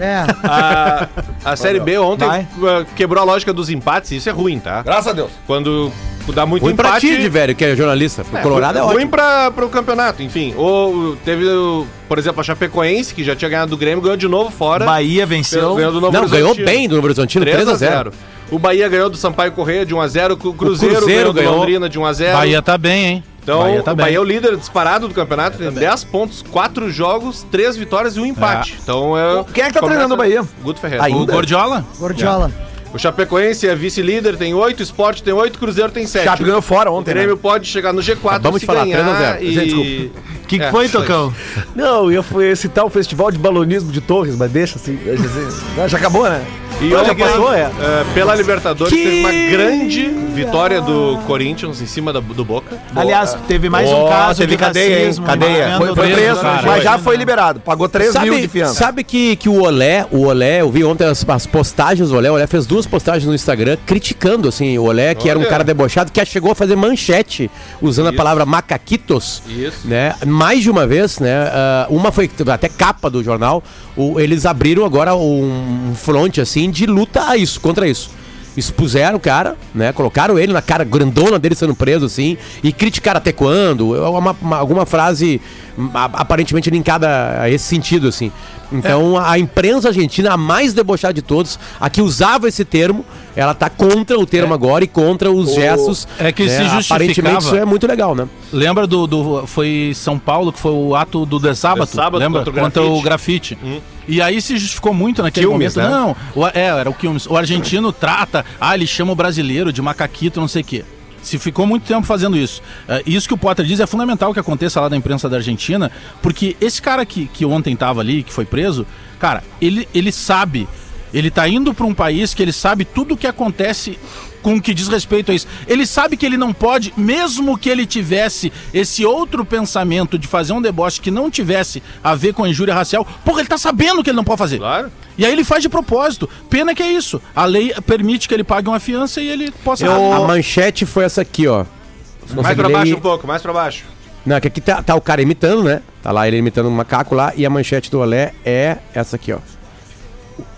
S9: É.
S7: A, a Série B ontem
S1: Vai.
S7: uh, quebrou a lógica dos empates, e isso é ruim, tá?
S5: Graças a Deus.
S7: Quando dá muito
S10: Ruim pra
S7: empate.
S10: ti, de velho, que é jornalista. Pro Colorado é
S7: ruim
S10: ótimo.
S7: pra, pro campeonato, enfim. Ou teve, o- por exemplo, a Chapecoense, que já tinha ganhado do Grêmio, ganhou de novo fora.
S1: Bahia venceu.
S7: Ganhou do Novo
S10: Não, ganhou
S7: Horizontino.
S10: bem do Novo Horizontino,
S7: 3 a
S10: 3x0.
S7: 0. O Bahia ganhou do Sampaio Correia de 1 a 0, o Cruzeiro,
S10: Cruzeiro
S7: ganhou,
S10: ganhou.
S7: do Londrina de 1 a 0.
S6: Bahia tá bem, hein?
S7: então,
S6: Bahia tá
S7: o
S6: bem.
S7: Bahia é o líder disparado do campeonato, tem 10 pontos, 4 jogos, 3 vitórias e um empate. Então, é
S5: Quem é que tá treinando o Bahia?
S7: Guto Ferreira.
S6: O Gordiola?
S9: Gordiola.
S7: O Chapecoense é vice-líder, tem 8, Sport tem 8, Cruzeiro tem 7.
S5: Chape ganhou fora
S7: O
S5: ontem. né?
S7: Grêmio pode chegar no G4
S10: Acabamos de falar, 3 a 0.
S7: e...
S5: Gente,
S1: O que, que
S7: É,
S1: foi,
S7: isso aí.
S1: Tocão?
S5: né?
S11: Não, eu fui citar o Festival de Balonismo de Torres, mas deixa assim.
S5: Ah, Já acabou, né?
S7: E
S11: Já
S7: ontem,
S11: passou, é?
S7: eh, pela Libertadores, teve uma grande vitória do Corinthians em cima da- do Boca.
S1: Aliás, teve mais um
S5: Ó,
S1: caso
S5: teve
S1: de
S5: cadeia, hein?
S1: racismo.
S6: né?
S1: né?
S5: Cadeia.
S1: envolvendo
S5: Foi, foi
S1: dois
S5: preso,
S1: jogadores.
S5: mas já foi liberado. Pagou 3 mil de
S10: Sabe,
S5: fiança.
S10: sabe que, que o Olé, o Olé, eu vi ontem as, as postagens do Olé, o Olé fez duas postagens no Instagram criticando, assim, o Olé, que era um
S7: Olha.
S10: cara debochado, que chegou a fazer manchete usando a palavra macaquitos,
S7: Isso.
S10: né? Mais de uma vez, né? Ah, uma foi até capa do jornal, o- eles abriram agora um front, assim, de luta a isso, contra isso. Expuseram o cara, né? Colocaram ele na cara grandona dele sendo preso, assim, e criticaram até quando? É uma- uma- alguma frase hum, a- aparentemente linkada a esse sentido, assim. Então
S6: É.
S10: a imprensa argentina, a mais debochada de todos, a que usava esse termo, ela tá contra o termo agora e contra os gestos. né?
S6: É que se justificava.
S10: Aparentemente isso é muito legal, né?
S6: Lembra do, do- Foi São Paulo que foi o ato do De Sábado?
S7: De Sábado
S6: lembra?
S7: contra o
S6: grafite.
S5: Hum.
S6: E aí se justificou muito naquele
S7: Quilmes,
S6: momento.
S7: né?
S6: Não, o- é, era o Quilmes. O argentino trata. Ah, ele chama o brasileiro de macaquito, não sei o quê. Se ficou muito tempo fazendo isso. Eh, isso que o Potter diz é fundamental que aconteça lá na imprensa da Argentina, porque esse cara que, que ontem tava ali, que foi preso, cara, ele, ele sabe. Ele tá indo para um país que ele sabe tudo o que acontece com o que diz respeito a isso. Ele sabe que ele não pode, mesmo que ele tivesse esse outro pensamento de fazer um deboche que não tivesse a ver com a injúria racial, porra, ele tá sabendo que ele não pode fazer. Claro. E aí ele faz de propósito. Pena que é isso. A lei permite que ele pague uma fiança e ele possa.
S10: A manchete foi essa aqui, ó. Você
S7: Mais
S10: consegue
S7: pra
S10: ler
S7: baixo
S10: aí?
S7: um pouco, mais pra baixo.
S10: Não, que aqui tá, tá o cara imitando, né? Tá lá ele imitando um macaco lá. E a manchete do Olé é essa aqui, ó.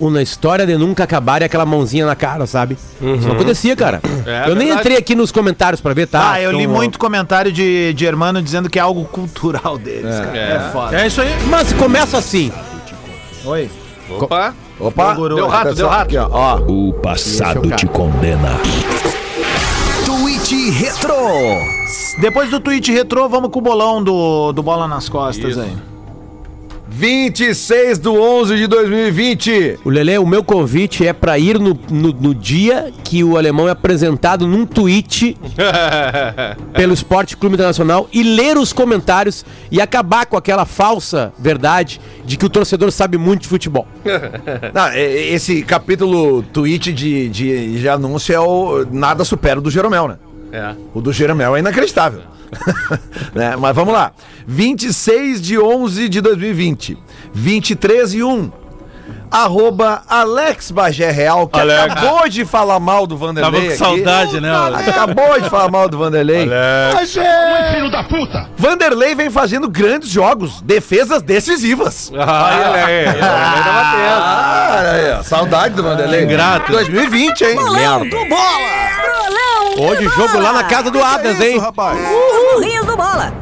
S10: Uma história de nunca acabar e aquela mãozinha na cara, sabe? Isso não acontecia, cara.
S1: É,
S10: eu nem
S1: verdade.
S10: entrei aqui nos comentários pra ver, tá?
S1: Ah, eu li
S10: Então,
S1: muito comentário de, de hermano dizendo que é algo cultural deles, cara. É, foda.
S6: isso aí.
S10: Mas começa assim.
S1: Oi.
S7: Opa.
S5: Opa,
S7: Deu rato, deu rato.
S5: Aqui, ó, ó.
S13: O passado te condena.
S1: Tweet Retro. Depois do tweet Retro, vamos com o bolão do, do Bola nas Costas aí.
S5: 26 do 11 de 2020.
S10: O Lelê, o meu convite é pra ir no, no, no dia que o alemão é apresentado num tweet pelo Esporte Clube Internacional e ler os comentários e acabar com aquela falsa verdade de que o torcedor sabe muito de futebol.
S5: Não, e- e- esse capítulo tweet de, de, de anúncio é o Nada Supera o do Jeromel, né?
S7: É.
S5: O do Jeromel é inacreditável. né? Mas vamos lá. 26 de 11 de 2020. 23 e 1. Arroba Alex Bagé Real, que
S3: Alex.
S5: acabou de falar mal do Vanderlei.
S6: Tava com
S5: aqui.
S6: saudade, né, Alex?
S5: Acabou de falar mal do Vanderlei.
S3: Alex.
S5: Bagé!
S3: Filho da puta!
S5: Vanderlei vem fazendo grandes jogos, defesas decisivas.
S3: Aí, Alex.
S5: Ah, olha aí, ó. saudade do Vanderlei.
S6: é Ingrato.
S5: 2020, hein? Merda.
S10: Hoje jogo lá na casa do Adas, hein?
S14: Burrinhos do bola.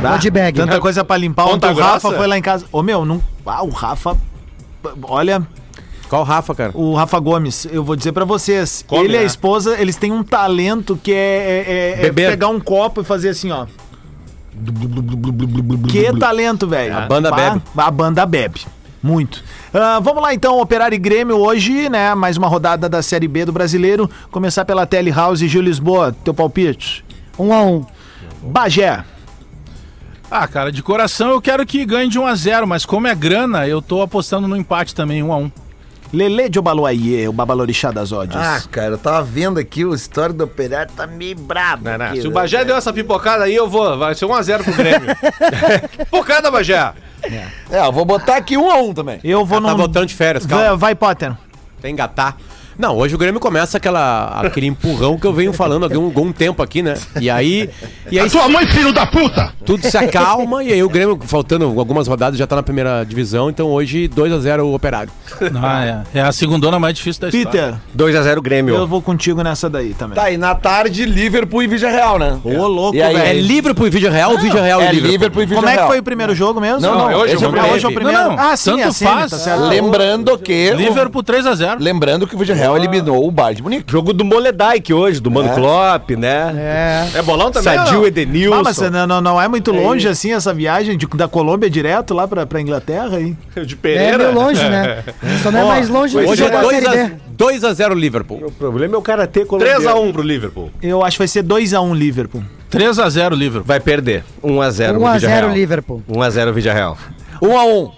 S1: Dá.
S9: Body bag.
S5: é
S1: Tanta coisa pra limpar. um
S7: Ponta
S1: Ontem o Rafa
S7: grossa?
S1: foi lá em casa. Ô, meu, não... Ah, o Rafa... Olha...
S10: Qual Rafa, cara?
S1: O Rafa Gomes, eu vou dizer pra vocês.
S10: Come,
S1: ele e a
S10: né?
S1: esposa, eles têm um talento que é, é- é- é
S10: Beber.
S1: pegar um copo e fazer assim, ó. Que talento, velho.
S10: A banda
S1: Bah,
S10: bebe.
S1: A banda bebe. Muito. Ah, vamos lá então, Operário e Grêmio hoje, né? Mais uma rodada da Série B do Brasileiro. Começar pela Tele House e Gil Lisboa. Teu palpite?
S9: Um a um.
S1: Bagé.
S6: Ah, cara, de coração eu quero que ganhe de 1 a 0 mas como é grana, eu tô apostando no empate também, 1 a 1
S1: Lele de Obaluaiê, o babalorixá das ódios.
S5: Ah, cara, eu tava vendo aqui o história do operário, tá meio brabo.
S7: Não, não.
S5: aqui,
S7: Se o
S5: né?
S7: Bagé deu essa pipocada aí, eu vou. Vai ser 1x0 pro Grêmio. Pipocada, Bagé.
S5: É, eu vou botar aqui um a um também.
S1: Eu vou
S10: Tá
S1: num.
S10: voltando de férias,
S1: Vai,
S10: calma.
S1: vai, Potter.
S10: Tem engatar. Não, hoje o Grêmio começa aquela, aquele empurrão que eu venho falando há algum, algum tempo aqui, né? E aí, e aí
S3: Sua mãe, filho da puta!
S10: tudo se acalma e aí o Grêmio, faltando algumas rodadas, já tá na primeira divisão. Então hoje 2 a 0 o Operário.
S6: Ah, é. é a segundona mais difícil da história.
S1: Peter,
S8: 2x0 Grêmio.
S1: eu vou contigo nessa daí também.
S5: Tá, e na tarde, Liverpool e Vigia Real, né?
S1: Ô, louco,
S5: E aí,
S10: É
S1: velho.
S10: livre pro Vídeo Real ou Vídeo Real
S5: É
S10: e livre?
S5: Liverpool e Vigia
S1: Como é que
S5: Real.
S1: foi o primeiro jogo mesmo?
S5: Não, não,
S7: hoje
S5: esse é o
S7: o
S5: primeiro.
S1: hoje é o primeiro.
S6: Então Não, não, tanto
S1: a semi,
S6: faz.
S1: tá certo.
S5: Lembrando que...
S6: Liverpool 3 a 0
S5: Lembrando que o Vigia Real eliminou o Bayern de Munique.
S8: Tá Jogo do Moledai que hoje, do Mano Klopp, né?
S7: É bolão também?
S8: Sadio
S1: Ah, mas
S8: Edenilson.
S1: não, não, não é muito longe assim essa viagem de- da Colômbia direto lá pra, pra Inglaterra, hein?
S7: não? De
S9: É
S7: Pereira.
S9: meio longe, né? Só não é mais longe do
S10: Hoje
S9: que
S10: é
S9: da Série B.
S10: 2 a 0 Liverpool.
S8: O problema é o cara ter colombiano.
S7: 3x1 pro Liverpool.
S1: Eu acho que vai ser 2x1 Liverpool.
S6: 3 a 0 livro.
S8: Vai perder. 1x0
S9: 1 a 0 Liverpool.
S8: 1x0 Vidia Real.
S5: 1 a 1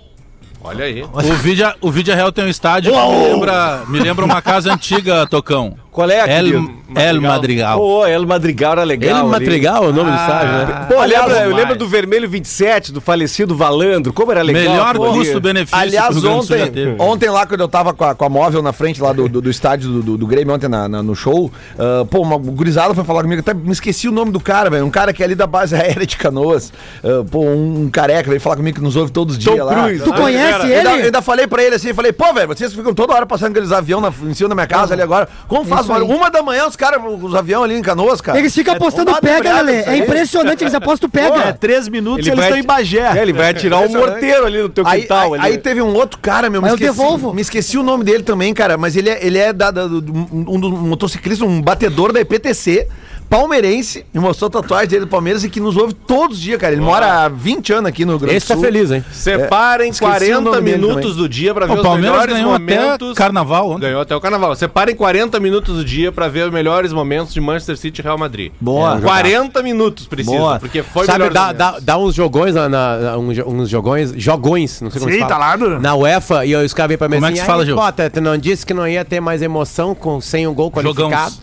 S7: Olha aí.
S6: O vídeo, o vídeo real tem um estádio que me lembra, me lembra uma casa antiga, Tocão.
S8: Qual é a
S6: El, El
S8: Pô,
S6: Madrigal.
S8: El Madrigal era legal.
S10: Ele
S8: ali.
S10: Matrigal é o nome
S7: Ah,
S10: do estádio, né?
S8: Pô, aliás,
S7: Aliás,
S8: eu
S7: demais.
S8: lembro do Vermelho 27, do falecido Valandro. Como era legal.
S6: Melhor
S8: pô.
S6: custo-benefício
S5: Aliás,
S6: Grande do Sul já
S5: ontem,
S6: teve.
S5: ontem lá, quando eu tava com a, com a móvel na frente lá do, do, do estádio do, do, do Grêmio, ontem na- na- no show, ah, pô, uma gurizada foi falar comigo, até me esqueci o nome do cara, velho. Um cara que é ali da base aérea de Canoas. ah, pô, um, um careca veio falar comigo que nos ouve todos os dias lá.
S8: Cruise.
S9: Tu
S8: Ah,
S9: conhece
S5: Eu ainda, eu
S9: ele?
S5: ainda falei pra ele assim, eu falei, pô, velho, vocês ficam toda hora passando aqueles aviões na- em cima da minha casa ali agora. Como faz?
S9: Isso
S5: mano?
S9: aí.
S5: Uma da manhã os caras, os aviões ali em canoas, cara.
S9: Eles ficam apostando
S5: tombado
S9: pega,
S5: embreado
S9: Lelê.
S5: isso
S9: É
S5: aí.
S9: impressionante, eles apostam pega.
S1: É, 3 minutos
S8: Ele
S1: eles
S8: vai
S1: estão em
S8: ati-
S1: Bagé.
S8: É, ele vai atirar um morteiro ali no teu
S5: Aí,
S8: quintal.
S5: aí-
S8: ali.
S5: aí teve um outro cara, meu,
S9: Mas eu devolvo.
S5: me esqueci o nome dele também, cara, mas ele é, ele é da, da- do- um, dos motociclistas, um batedor da EPTC, palmeirense, me mostrou a tatuagem dele do Palmeiras e que nos ouve todos os dias, cara. Ele mora há 20 anos aqui no Rio Grande do
S10: Esse tá
S5: Sul.
S10: feliz, hein?
S8: É.
S7: Separem
S5: esqueci o
S7: 40
S5: nome dele
S7: minutos
S5: também.
S7: do dia pra
S6: O
S7: ver os
S6: Palmeiras
S7: melhores
S6: ganhou até
S7: momentos.
S6: carnaval né? ontem.
S7: Ganhou até o carnaval. Separem 40 minutos do dia pra ver os melhores momentos de Manchester City e Real Madrid.
S10: Boa.
S7: 40 minutos precisa,
S10: Boa.
S7: porque foi
S10: Sabe,
S7: melhores
S10: dá,
S7: momentos.
S10: dá, dá uns jogões, na, na- na- uns jo- uns jogões, jogões, não sei como
S7: Sim,
S10: se fala.
S7: tá lá no-
S10: Na UEFA, e os caras vêm pra mim
S6: Como é que se fala,
S10: "Aí,
S6: Gil?"
S10: Bota, tu não disse que não ia ter mais emoção com, sem um gol qualificado?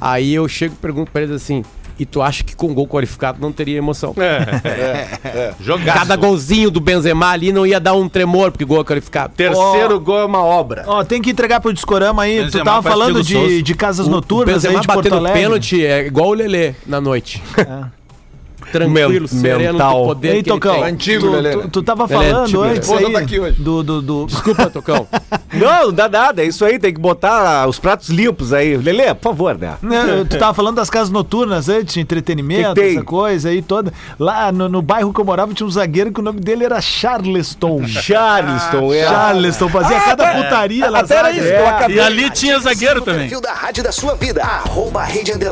S10: Aí eu chego e pergunto pra eles assim, e tu acha que com um gol qualificado não teria emoção?
S7: É, é, Jogaço.
S10: Cada golzinho do Benzema ali não ia dar um tremor, porque gol é qualificado.
S7: Terceiro gol é uma obra.
S1: Ó, tem que entregar pro Discorama aí. tu
S10: Benzema
S1: tava
S10: faz
S1: falando
S10: estilo
S1: de,
S10: Souza.
S1: de casas
S10: O- O
S1: noturnas aí
S10: Benzema
S1: de Porto
S10: batendo
S1: Alegre.
S10: pênalti é igual o Lelê na noite.
S1: Men-
S10: Tranquilo, sereno,
S1: mental.
S10: do poder
S1: Ei,
S10: que ele
S1: Tocão,
S10: tem.
S1: Antigo, tu- Lelê, né? tu- tu tava
S10: Lelê,
S1: falando
S10: antigo,
S1: antes
S10: Lelê.
S1: aí. Pô, tá aqui Do, do, do...
S10: Desculpa, Tocão.
S8: Não, não dá nada, é isso aí, tem que botar os pratos limpos aí. Lelê, por favor, né?
S1: Né, tu tava falando das casas noturnas antes, de entretenimento,
S8: Que que tem?
S1: essa coisa aí toda. Lá no, no bairro que eu morava tinha um zagueiro que o nome dele era Charleston. Ah,
S8: Charleston, é.
S1: Charleston, fazia cada putaria lá. É.
S6: Até era
S1: zaga.
S15: É
S6: isso, eu acabei- E ali tinha zagueiro também.
S15: Perfil da rádio da sua vida, arroba rede